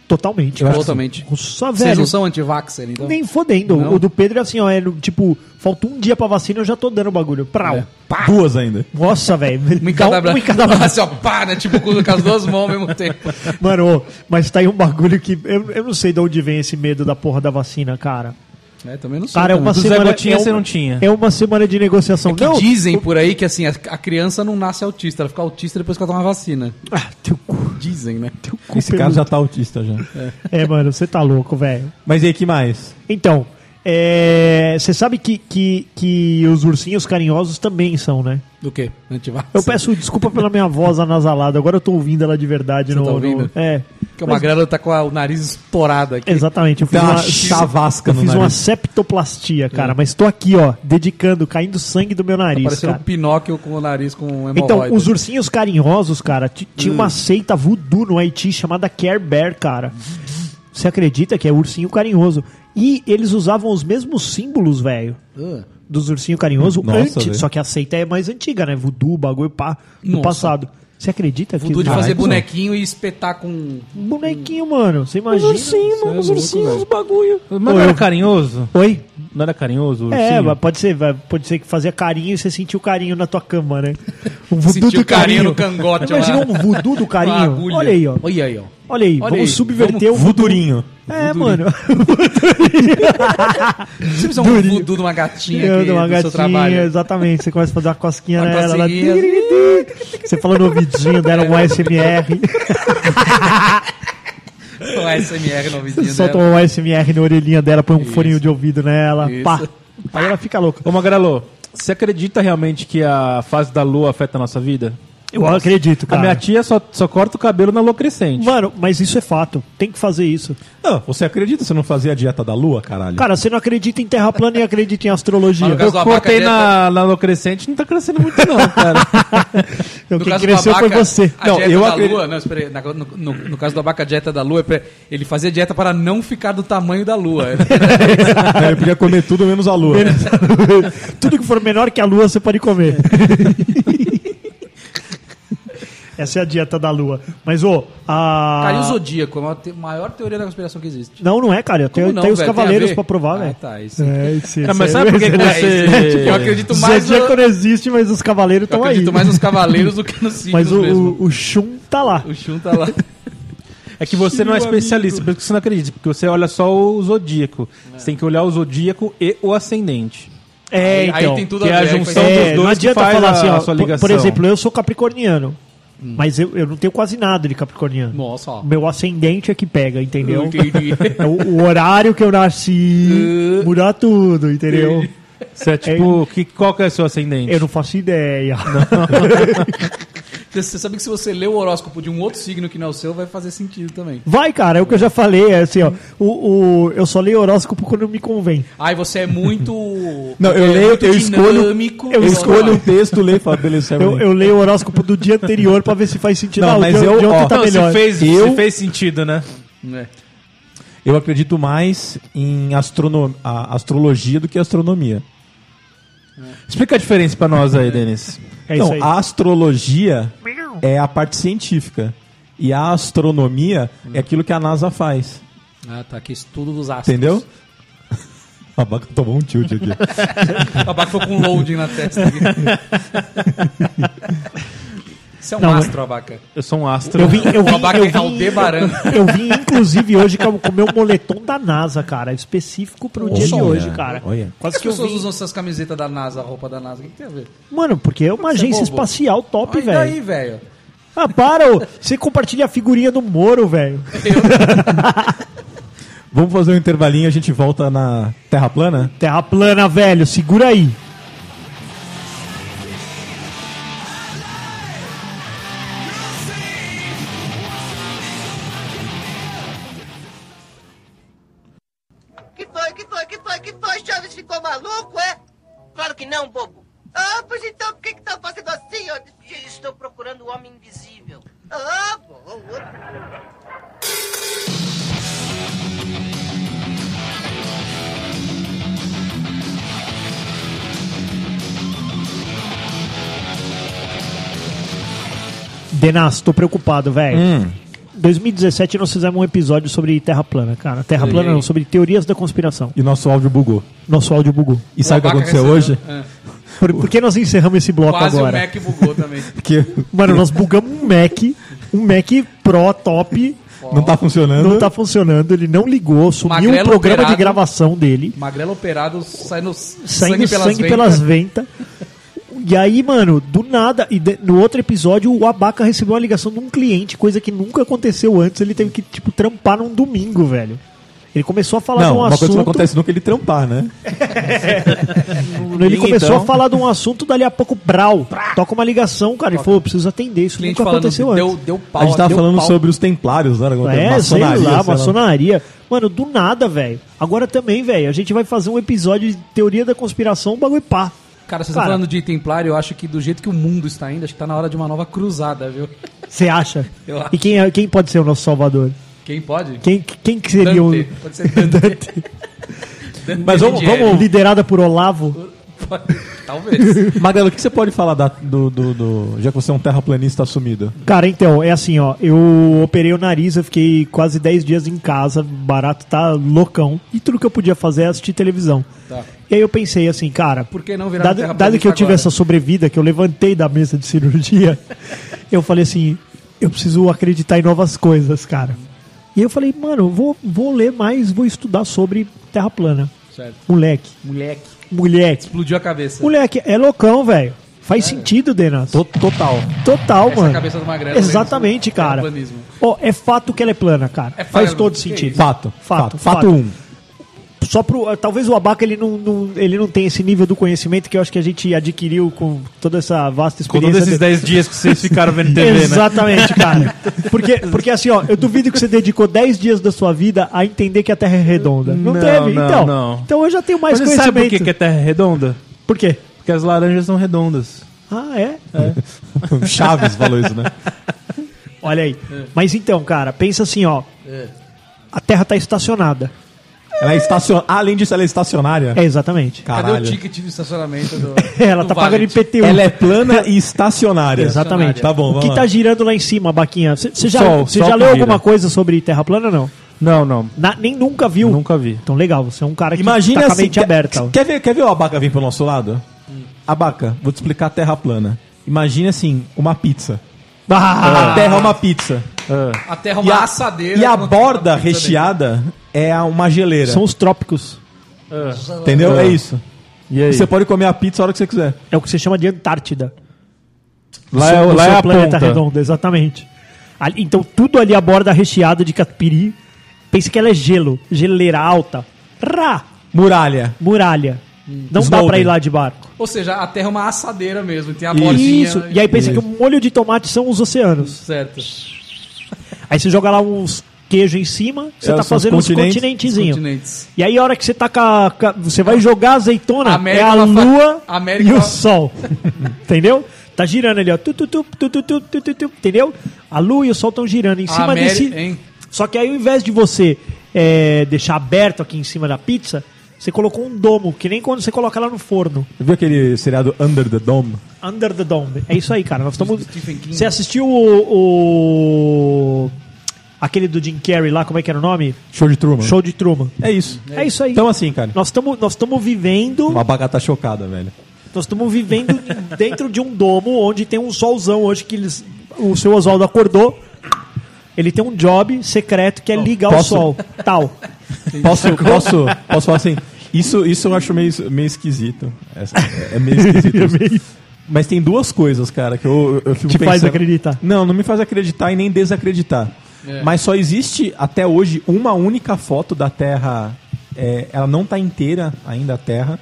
[SPEAKER 3] totalmente.
[SPEAKER 5] Eu acho Totalmente.
[SPEAKER 3] que sim. Nossa,
[SPEAKER 5] Vocês
[SPEAKER 3] velho.
[SPEAKER 5] não são anti-vaxxer, então?
[SPEAKER 3] Nem fodendo.
[SPEAKER 5] Não?
[SPEAKER 3] O do Pedro é assim, ó. É, no- tipo, falta um dia pra vacina, eu já tô dando o bagulho. Prau.
[SPEAKER 6] Duas ainda.
[SPEAKER 3] Nossa, velho.
[SPEAKER 5] É. Um em
[SPEAKER 3] Dá
[SPEAKER 5] cada braço.
[SPEAKER 3] um em cada braço.
[SPEAKER 5] Assim, ó, pá, né? Tipo, com com as duas mãos ao mesmo tempo.
[SPEAKER 3] Mano, ô, mas tá aí um bagulho que. Eu, eu não sei de onde vem esse medo da porra da vacina, cara.
[SPEAKER 5] *laughs* É, também não sei.
[SPEAKER 3] Cara, é uma
[SPEAKER 2] Do Zé
[SPEAKER 3] semana.
[SPEAKER 2] Gotinha
[SPEAKER 3] é uma-
[SPEAKER 2] você não tinha.
[SPEAKER 3] É uma semana de negociação.
[SPEAKER 5] É Que
[SPEAKER 3] não,
[SPEAKER 5] dizem por aí que, assim, a, a criança não nasce autista. Ela fica autista depois que ela toma a vacina.
[SPEAKER 3] Ah, teu cu.
[SPEAKER 5] Dizem, né?
[SPEAKER 6] Esse cara já tá autista já.
[SPEAKER 3] É, mano, você tá louco, velho.
[SPEAKER 6] Mas e aí, que mais?
[SPEAKER 3] Então, é, você sabe que, que, que os ursinhos carinhosos também são, né?
[SPEAKER 5] Do quê? Antivax? *laughs*
[SPEAKER 3] Eu peço desculpa pela minha voz anasalada. Agora eu tô ouvindo ela de verdade. no,
[SPEAKER 5] tá
[SPEAKER 3] no-
[SPEAKER 5] ouvindo?
[SPEAKER 3] é.
[SPEAKER 5] Porque o Magrelo tá com a- o nariz estourado aqui.
[SPEAKER 3] Exatamente, eu fiz
[SPEAKER 6] Tem uma
[SPEAKER 3] uma,
[SPEAKER 6] chavasca
[SPEAKER 3] eu
[SPEAKER 6] no
[SPEAKER 3] fiz uma
[SPEAKER 6] nariz.
[SPEAKER 3] septoplastia, cara, mas tô aqui, ó, dedicando, caindo sangue do meu
[SPEAKER 5] É. Tá
[SPEAKER 3] nariz,
[SPEAKER 5] parecendo
[SPEAKER 3] cara.
[SPEAKER 5] um Pinóquio com o nariz com um hemorroida. Hum.
[SPEAKER 3] Então, os ursinhos carinhosos, cara, ti- tinha uma seita voodoo no Haiti chamada Care Bear, cara. Você acredita que é ursinho carinhoso? E eles usavam os mesmos símbolos, velho,
[SPEAKER 5] Ah.
[SPEAKER 3] dos ursinhos carinhosos
[SPEAKER 6] Nossa,
[SPEAKER 3] antes,
[SPEAKER 6] velho.
[SPEAKER 3] só que a seita é mais antiga, né? Voodoo, bagulho, pá, no
[SPEAKER 5] Nossa.
[SPEAKER 3] passado. Você acredita que...
[SPEAKER 5] Voodoo de
[SPEAKER 3] Caralho,
[SPEAKER 5] fazer
[SPEAKER 3] não.
[SPEAKER 5] bonequinho e espetar com.
[SPEAKER 3] Bonequinho, mano. Você imagina?
[SPEAKER 6] mano, os ursinhos, os bagulho.
[SPEAKER 2] Mas
[SPEAKER 3] Ô,
[SPEAKER 2] não era
[SPEAKER 3] eu-
[SPEAKER 2] carinhoso?
[SPEAKER 3] Oi?
[SPEAKER 2] Não era carinhoso? o
[SPEAKER 3] É,
[SPEAKER 2] ursinho?
[SPEAKER 3] mas pode ser, vai- pode ser que fazia carinho e você sentiu carinho na tua cama, né? Um
[SPEAKER 5] *laughs* Sentiu carinho no cangote,
[SPEAKER 3] Imagina
[SPEAKER 5] lá.
[SPEAKER 3] um voodoo do
[SPEAKER 5] *laughs* Com a
[SPEAKER 3] carinho.
[SPEAKER 5] agulha.
[SPEAKER 3] Olha aí, ó.
[SPEAKER 5] Olha aí, ó.
[SPEAKER 3] Olha aí,
[SPEAKER 5] Olha
[SPEAKER 3] vamos
[SPEAKER 5] aí,
[SPEAKER 3] subverter o...
[SPEAKER 6] Vudurinho.
[SPEAKER 3] É, mano. *laughs*
[SPEAKER 5] Você precisa um voodoo de uma gatinha aqui
[SPEAKER 3] de uma
[SPEAKER 5] do seu
[SPEAKER 3] gatinha,
[SPEAKER 5] trabalho.
[SPEAKER 3] exatamente. Você começa a fazer uma cosquinha
[SPEAKER 5] Uma
[SPEAKER 3] nela. ela-
[SPEAKER 5] cosquinha.
[SPEAKER 3] *laughs* Você fala no ouvidinho dela um ASMR.
[SPEAKER 5] Com a SMR
[SPEAKER 3] Você
[SPEAKER 5] no
[SPEAKER 3] *laughs*
[SPEAKER 5] vizinho
[SPEAKER 3] solta
[SPEAKER 5] dela.
[SPEAKER 3] um ASMR na orelhinha dela, põe um
[SPEAKER 5] Isso.
[SPEAKER 3] foninho de ouvido nela.
[SPEAKER 5] Isso.
[SPEAKER 3] Pá. Aí ela fica louca.
[SPEAKER 2] Ô, Magrelo, você acredita realmente que a fase da lua afeta a nossa vida?
[SPEAKER 3] Eu acredito,
[SPEAKER 2] A minha
[SPEAKER 3] cara.
[SPEAKER 2] tia só, só corta o cabelo na lua crescente.
[SPEAKER 3] Mano, mas isso é fato. Tem que fazer isso.
[SPEAKER 6] Não, você acredita se não fazia a dieta tá da lua, caralho?
[SPEAKER 3] Cara, você não acredita em terra plana e acredita em astrologia.
[SPEAKER 5] Mas no caso do
[SPEAKER 2] Eu
[SPEAKER 5] Abaca
[SPEAKER 2] cortei
[SPEAKER 5] deve-
[SPEAKER 2] na, na lua crescente, não tá crescendo muito *laughs* não, cara.
[SPEAKER 3] Eu-
[SPEAKER 5] No
[SPEAKER 3] Quem
[SPEAKER 5] caso do
[SPEAKER 3] cresceu foi
[SPEAKER 5] Abaca,
[SPEAKER 3] você.
[SPEAKER 5] A
[SPEAKER 6] Não,
[SPEAKER 5] dieta
[SPEAKER 6] eu
[SPEAKER 5] da
[SPEAKER 6] acredito-
[SPEAKER 5] lua, não, espera aí, na- no, no- no caso do abaca, a dieta da lua, é pra- ele fazia dieta para não ficar do tamanho da lua.
[SPEAKER 6] É, eu podia comer tudo menos a lua.
[SPEAKER 3] Tudo que for menor que a lua, você pode comer. *laughs* Essa é a dieta da lua. Mas, ô, a.
[SPEAKER 6] Ah.
[SPEAKER 5] Caiu o zodíaco, a maior, te- maior teoria da conspiração que existe.
[SPEAKER 3] Não, não é, cara. Tem,
[SPEAKER 5] Como não,
[SPEAKER 3] tem os
[SPEAKER 5] velho? Tem a
[SPEAKER 3] cavaleiros
[SPEAKER 5] ver?
[SPEAKER 3] pra provar,
[SPEAKER 5] Ah,
[SPEAKER 3] velho.
[SPEAKER 5] tá, isso.
[SPEAKER 3] É, isso,
[SPEAKER 2] Não,
[SPEAKER 3] isso
[SPEAKER 2] mas
[SPEAKER 3] aí.
[SPEAKER 2] sabe por
[SPEAKER 3] *laughs*
[SPEAKER 2] que que
[SPEAKER 5] É,
[SPEAKER 2] você...
[SPEAKER 5] tipo, eu acredito
[SPEAKER 3] O
[SPEAKER 5] mais no,
[SPEAKER 3] Zodíaco não existe, mas os cavaleiros
[SPEAKER 5] eu
[SPEAKER 3] estão aí.
[SPEAKER 5] acredito mais nos cavaleiros do que nos
[SPEAKER 6] *laughs*
[SPEAKER 5] signos
[SPEAKER 3] Mas o,
[SPEAKER 5] mesmo.
[SPEAKER 3] o, o Shun tá lá.
[SPEAKER 5] O Shun tá lá.
[SPEAKER 2] É que você não é especialista, por isso que você não acredita, porque você olha só o zodíaco.
[SPEAKER 5] É.
[SPEAKER 2] Você tem que olhar o zodíaco e o ascendente.
[SPEAKER 3] É,
[SPEAKER 5] Aí- aí
[SPEAKER 3] então.
[SPEAKER 5] tem tudo
[SPEAKER 2] que
[SPEAKER 5] a
[SPEAKER 2] é a
[SPEAKER 5] ver. aí
[SPEAKER 2] junção
[SPEAKER 5] faz-
[SPEAKER 2] dos
[SPEAKER 3] É,
[SPEAKER 2] dois
[SPEAKER 3] não
[SPEAKER 2] que
[SPEAKER 3] adianta
[SPEAKER 2] faz
[SPEAKER 3] falar
[SPEAKER 2] a-
[SPEAKER 3] assim,
[SPEAKER 2] a
[SPEAKER 3] ó.
[SPEAKER 2] sua
[SPEAKER 3] por, por
[SPEAKER 2] ligação. Hum.
[SPEAKER 3] exemplo, eu sou capricorniano. Mas eu, eu não tenho quase nada de capricorniano.
[SPEAKER 5] Nossa, ó.
[SPEAKER 3] Meu ascendente é que pega, entendeu?
[SPEAKER 5] Entendi.
[SPEAKER 3] *laughs* É o, o horário que eu
[SPEAKER 2] Uh.
[SPEAKER 3] nasci, mudar tudo, entendeu?
[SPEAKER 2] Você é tipo, que, qual que é o seu ascendente?
[SPEAKER 3] Eu não faço ideia. *laughs*
[SPEAKER 5] Você você sabe que se você ler o horóscopo de um outro signo que não é o seu, vai fazer sentido também.
[SPEAKER 3] Vai, cara, é o que eu já falei, é assim, ó. O, o- eu só leio horóscopo quando me convém.
[SPEAKER 5] Ai, você é muito.
[SPEAKER 6] Não, eu
[SPEAKER 5] é
[SPEAKER 6] leio,
[SPEAKER 5] muito
[SPEAKER 6] eu escolho-
[SPEAKER 5] dinâmico.
[SPEAKER 6] Eu
[SPEAKER 5] Não,
[SPEAKER 6] escolho um
[SPEAKER 5] não.
[SPEAKER 6] texto, leio e falo, beleza, é serve
[SPEAKER 3] Eu,
[SPEAKER 6] pra mim.
[SPEAKER 3] eu leio o horóscopo do dia anterior pra ver se faz sentido.
[SPEAKER 6] Não,
[SPEAKER 3] o
[SPEAKER 6] mas
[SPEAKER 3] de,
[SPEAKER 6] eu-
[SPEAKER 3] de ontem
[SPEAKER 6] ó,
[SPEAKER 3] tá
[SPEAKER 2] Não,
[SPEAKER 3] melhor.
[SPEAKER 2] se fez, se
[SPEAKER 6] Eu-
[SPEAKER 2] fez sentido, né?
[SPEAKER 5] É.
[SPEAKER 6] Eu acredito mais em astrono- a- astrologia do que astronomia.
[SPEAKER 2] Explica a diferença pra nós aí, Denis.
[SPEAKER 3] É
[SPEAKER 6] não,
[SPEAKER 3] isso aí.
[SPEAKER 6] a astrologia é a parte científica. E a astronomia é aquilo que a NASA faz.
[SPEAKER 5] Ah, tá. Que estudo dos astros.
[SPEAKER 6] Entendeu? A Baca tomou um tilt aqui. *laughs*
[SPEAKER 5] O Abaca foi com um loading na testa aqui. Você é um
[SPEAKER 3] Não, mas-
[SPEAKER 5] astro, Abaca.
[SPEAKER 2] Eu sou um astro.
[SPEAKER 3] Eu vim, eu
[SPEAKER 5] O
[SPEAKER 3] vim,
[SPEAKER 5] Abaca
[SPEAKER 3] eu
[SPEAKER 5] é
[SPEAKER 3] vim-
[SPEAKER 5] Aldebaran.
[SPEAKER 3] Eu vim, inclusive, hoje com com o meu moletom da NASA, cara. Específico pro dia de
[SPEAKER 6] Olha,
[SPEAKER 3] hoje, cara.
[SPEAKER 6] olha.
[SPEAKER 3] Quase
[SPEAKER 5] As
[SPEAKER 3] que eu
[SPEAKER 5] pessoas
[SPEAKER 3] vim.
[SPEAKER 5] usam essas camisetas da NASA, a roupa da NASA. O que, que tem a ver?
[SPEAKER 3] Mano, porque é uma
[SPEAKER 5] Você é
[SPEAKER 3] agência
[SPEAKER 5] bobo.
[SPEAKER 3] espacial top,
[SPEAKER 5] Olha daí,
[SPEAKER 3] velho.
[SPEAKER 5] velho.
[SPEAKER 3] Ah, para! ô. Você compartilha a figurinha do Moro, velho.
[SPEAKER 6] Vamos fazer um intervalinho e a gente volta na Terra Plana?
[SPEAKER 3] Terra plana, velho. Segura aí.
[SPEAKER 10] Que foi, que foi, que foi, que foi? Chaves ficou maluco, é? Claro que não, bobo. Ah, pois então, por que que tá fazendo assim, ó? Estou procurando o homem invisível. Ah, boa.
[SPEAKER 3] Denas, tô preocupado, velho.
[SPEAKER 6] Hum.
[SPEAKER 3] 2017 nós fizemos um episódio sobre Terra plana, cara. Terra plana não, sobre teorias da conspiração.
[SPEAKER 6] E nosso áudio bugou.
[SPEAKER 3] Nosso áudio bugou.
[SPEAKER 6] E sabe o que
[SPEAKER 5] Abaca
[SPEAKER 6] aconteceu
[SPEAKER 5] recebeu-
[SPEAKER 6] hoje?
[SPEAKER 5] É.
[SPEAKER 3] Por, por que nós encerramos esse bloco
[SPEAKER 5] Quase
[SPEAKER 3] agora?
[SPEAKER 5] o Mac bugou também.
[SPEAKER 6] Que
[SPEAKER 3] Mano, nós bugamos um Mac, um Mac Pro top,
[SPEAKER 6] não tá funcionando.
[SPEAKER 3] não tá funcionando, ele não ligou, sumiu o
[SPEAKER 5] Magrelo
[SPEAKER 3] programa de
[SPEAKER 5] operado.
[SPEAKER 3] gravação dele,
[SPEAKER 5] Magrelo operado sai no sangue,
[SPEAKER 3] saindo *laughs* sangue pelas,
[SPEAKER 5] ventas.
[SPEAKER 3] ventas. E aí, mano, do nada, e de- no outro episódio, o Abaca recebeu uma ligação de um cliente, coisa que nunca aconteceu antes, ele teve que, tipo, trampar num domingo, velho. Ele começou a falar
[SPEAKER 6] Não,
[SPEAKER 3] de um
[SPEAKER 6] uma coisa
[SPEAKER 3] assunto.
[SPEAKER 6] que não acontece nunca é ele trampar, né?
[SPEAKER 3] Ele começou
[SPEAKER 2] então.
[SPEAKER 3] a falar de um assunto, dali a pouco, brau, toca uma ligação, cara, e falou, preciso atender,
[SPEAKER 5] O
[SPEAKER 3] isso
[SPEAKER 5] cliente
[SPEAKER 3] nunca
[SPEAKER 5] falando,
[SPEAKER 3] aconteceu antes.
[SPEAKER 5] deu, deu pau.
[SPEAKER 6] a gente tava
[SPEAKER 5] deu
[SPEAKER 6] falando
[SPEAKER 5] pau.
[SPEAKER 6] sobre os templários, né? Alguma coisa,
[SPEAKER 3] É, sei lá,
[SPEAKER 6] sei lá.
[SPEAKER 3] maçonaria. Mano, do nada, velho. Agora também, velho, a gente vai fazer um episódio de teoria da conspiração, um bagulho pá.
[SPEAKER 5] Cara, vocês estão
[SPEAKER 3] Cara.
[SPEAKER 5] falando de Templário, eu acho que do jeito que o mundo está indo, acho que tá na hora de uma nova cruzada, viu?
[SPEAKER 3] Você acha?
[SPEAKER 5] Eu acho.
[SPEAKER 3] E quem, é- quem pode ser o nosso salvador?
[SPEAKER 5] Quem pode?
[SPEAKER 3] Quem, quem que seria o.
[SPEAKER 5] Dante. Pode ser Dante. Dante
[SPEAKER 6] Mas vamos-
[SPEAKER 5] Alighieri.
[SPEAKER 3] Liderada por Olavo?
[SPEAKER 5] Pode- Talvez.
[SPEAKER 6] Magrelo, o que você pode falar da- do, do- do- Já que você é um terraplanista assumido. *laughs*
[SPEAKER 3] Cara, então, é assim, ó. Eu operei o nariz, eu fiquei quase 10 dias em casa, barato tá loucão. E tudo que eu podia fazer é assistir televisão.
[SPEAKER 5] Tá.
[SPEAKER 3] E aí eu pensei assim, cara.
[SPEAKER 5] Por que não virar um
[SPEAKER 3] dado,
[SPEAKER 5] terraplanista
[SPEAKER 3] dado que eu tive
[SPEAKER 5] agora?
[SPEAKER 3] essa sobrevida, que eu levantei da mesa de
[SPEAKER 5] *laughs*
[SPEAKER 3] cirurgia, eu falei assim: eu preciso acreditar em novas coisas, cara. E eu falei, mano, eu vou, vou ler mais, vou estudar sobre terra plana.
[SPEAKER 5] Certo.
[SPEAKER 3] Moleque,
[SPEAKER 5] Moleque.
[SPEAKER 3] moleque.
[SPEAKER 5] Explodiu a cabeça.
[SPEAKER 3] Moleque, é loucão, velho. Faz sentido, Denas.
[SPEAKER 6] Total.
[SPEAKER 3] Total,
[SPEAKER 5] Essa
[SPEAKER 3] mano.
[SPEAKER 5] cabeça do Magrelo
[SPEAKER 3] Exatamente,
[SPEAKER 5] lembra do
[SPEAKER 3] cara.
[SPEAKER 5] terraplanismo.
[SPEAKER 3] Ó, é fato que ela é plana, cara.
[SPEAKER 5] É
[SPEAKER 3] Faz
[SPEAKER 5] fato.
[SPEAKER 3] todo
[SPEAKER 5] Que
[SPEAKER 3] sentido.
[SPEAKER 5] isso?
[SPEAKER 6] Fato.
[SPEAKER 3] Fato,
[SPEAKER 6] Fato.
[SPEAKER 3] fato.
[SPEAKER 6] Fato 1. Um.
[SPEAKER 3] Só pro, eh, talvez o Abaca ele não, não- ele não tenha esse nível do conhecimento que eu acho que a gente adquiriu com toda essa vasta
[SPEAKER 2] Com
[SPEAKER 3] experiência.
[SPEAKER 2] todos esses 10 dias que vocês ficaram vendo
[SPEAKER 6] *laughs*
[SPEAKER 2] TV, né?
[SPEAKER 3] Exatamente, cara.
[SPEAKER 2] *laughs*
[SPEAKER 3] Porque, porque assim, ó, eu duvido que você dedicou 10 dias da sua vida a entender que a Terra é redonda. Não,
[SPEAKER 2] Não,
[SPEAKER 3] teve?
[SPEAKER 2] não,
[SPEAKER 3] então,
[SPEAKER 2] não.
[SPEAKER 3] então eu já tenho mais
[SPEAKER 2] Mas você
[SPEAKER 3] conhecimento.
[SPEAKER 2] sabe por que, que a Terra é redonda?
[SPEAKER 3] Por quê?
[SPEAKER 2] Porque as laranjas são redondas.
[SPEAKER 3] Ah, é?
[SPEAKER 6] Chaves falou isso, né?
[SPEAKER 3] Olha aí.
[SPEAKER 5] É.
[SPEAKER 3] Mas então, cara, pensa assim, ó. A Terra tá estacionada.
[SPEAKER 6] Ela é estacion... Além disso, ela é estacionária. *laughs*
[SPEAKER 3] É, exatamente.
[SPEAKER 5] Cadê o
[SPEAKER 6] Caralho.
[SPEAKER 5] ticket de estacionamento
[SPEAKER 6] *laughs*
[SPEAKER 5] do.
[SPEAKER 3] Ela
[SPEAKER 5] do
[SPEAKER 3] tá pagando
[SPEAKER 5] Valet?
[SPEAKER 3] IPTU.
[SPEAKER 6] Ela é plana e estacionária.
[SPEAKER 3] Exatamente.
[SPEAKER 6] Tá bom,
[SPEAKER 3] o
[SPEAKER 6] vamos
[SPEAKER 3] que
[SPEAKER 6] lá.
[SPEAKER 3] tá girando lá em cima, Baquinha? Você já,
[SPEAKER 2] Sol,
[SPEAKER 3] cê
[SPEAKER 2] sol
[SPEAKER 3] já
[SPEAKER 2] que
[SPEAKER 3] leu
[SPEAKER 2] gira.
[SPEAKER 3] alguma coisa sobre Terra plana ou não?
[SPEAKER 2] Não, não.
[SPEAKER 3] Na- nem nunca viu?
[SPEAKER 2] Nunca vi.
[SPEAKER 3] Então legal, você é um cara que
[SPEAKER 6] Imagina
[SPEAKER 3] tá com a
[SPEAKER 6] assim.
[SPEAKER 3] mente
[SPEAKER 6] Quer,
[SPEAKER 3] aberta. ó.
[SPEAKER 6] quer ver, quer ver o Abaca vir pro nosso lado? Abaca, vou te explicar a terra plana. Imagina assim, uma pizza.
[SPEAKER 3] Ah,
[SPEAKER 6] A terra é uma pizza.
[SPEAKER 5] A terra é
[SPEAKER 6] e
[SPEAKER 5] uma
[SPEAKER 6] a,
[SPEAKER 5] assadeira.
[SPEAKER 6] e a
[SPEAKER 5] com-
[SPEAKER 6] borda
[SPEAKER 5] com pizza
[SPEAKER 6] recheada é a- uma geleira.
[SPEAKER 3] São os trópicos.
[SPEAKER 6] Entendeu? É isso.
[SPEAKER 2] E aí?
[SPEAKER 6] Você pode comer a pizza a hora que você quiser.
[SPEAKER 3] É o que você chama de Antártida.
[SPEAKER 2] Lá é,
[SPEAKER 3] o
[SPEAKER 2] lá
[SPEAKER 3] seu
[SPEAKER 2] é a
[SPEAKER 3] planeta
[SPEAKER 2] ponta.
[SPEAKER 3] redonda, exatamente. Ali- então tudo ali a borda recheada de catupiry. Pense que ela é gelo, geleira alta. Rá,
[SPEAKER 6] Muralha.
[SPEAKER 3] muralha. Não dá
[SPEAKER 6] Snowden.
[SPEAKER 3] pra ir lá de barco.
[SPEAKER 5] dele. Ou seja, a terra é uma assadeira mesmo. Tem a bordinha.
[SPEAKER 3] Isso. E aí pensa que o molho de tomate são os oceanos.
[SPEAKER 5] Certo.
[SPEAKER 3] Aí você joga lá uns queijo em cima, você
[SPEAKER 6] É,
[SPEAKER 3] tá
[SPEAKER 6] são os
[SPEAKER 3] fazendo uns
[SPEAKER 6] continentes.
[SPEAKER 3] continentezinhos.
[SPEAKER 5] Continentes.
[SPEAKER 3] E aí a hora que você tá com a, com a- Você vai jogar a azeitona,
[SPEAKER 5] América
[SPEAKER 3] é a
[SPEAKER 5] ela fa-
[SPEAKER 3] lua
[SPEAKER 5] América
[SPEAKER 3] e o
[SPEAKER 5] ela-
[SPEAKER 3] sol. *laughs* entendeu? Tá girando ali, ó. Tu, tu, tu, tu, tu, tu, tu, tu, tu, entendeu? A lua e o sol estão girando em
[SPEAKER 5] A
[SPEAKER 3] cima
[SPEAKER 5] Ameri-
[SPEAKER 3] desse.
[SPEAKER 5] hein?
[SPEAKER 3] Só que aí ao invés de você é, deixar aberto aqui em cima da pizza, você colocou um domo, que nem quando você coloca ela no forno.
[SPEAKER 6] Viu aquele seriado Under the Dome?
[SPEAKER 3] Under the Dome. É isso aí, cara. Nós estamos.
[SPEAKER 5] Stephen King.
[SPEAKER 3] Você assistiu o, o- aquele do Jim Carrey lá, como é que era o nome?
[SPEAKER 6] Show de Truman.
[SPEAKER 3] Show de Truman.
[SPEAKER 6] É isso.
[SPEAKER 3] É isso aí.
[SPEAKER 6] Então assim, cara.
[SPEAKER 3] Nós estamos nós estamos vivendo,
[SPEAKER 6] Uma Abaca tá chocada, velho.
[SPEAKER 3] nós estamos vivendo dentro de um domo onde tem um solzão hoje que eles o seu Oswaldo acordou. Ele tem um job secreto que é ligar
[SPEAKER 6] posso?
[SPEAKER 3] o
[SPEAKER 6] *laughs*
[SPEAKER 3] sol, tal.
[SPEAKER 6] Posso, posso, posso falar assim? Isso, isso eu acho meio, meio esquisito. Essa- É, é *laughs* meio esquisito. isso. Mas tem duas coisas, cara, que eu, eu fico
[SPEAKER 3] Te faz
[SPEAKER 6] pensando-
[SPEAKER 3] acreditar.
[SPEAKER 6] Não, não me faz acreditar e nem desacreditar.
[SPEAKER 5] É.
[SPEAKER 6] Mas só existe até hoje uma única foto da Terra. é, ela não tá inteira ainda a Terra.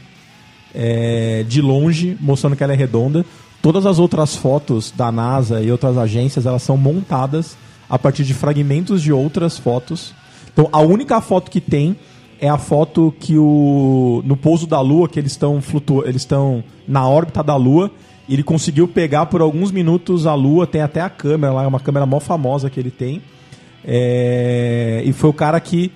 [SPEAKER 6] é, de longe, mostrando que ela é redonda. Todas as outras fotos da NASA e outras agências, elas são montadas a partir de fragmentos de outras fotos. Então, a única foto que tem é a foto que o no pouso da Lua que eles estão flutu... eles estão na órbita da Lua. e Ele conseguiu pegar por alguns minutos a Lua, tem até a câmera lá, é uma câmera mó famosa que ele tem. É, E foi o cara que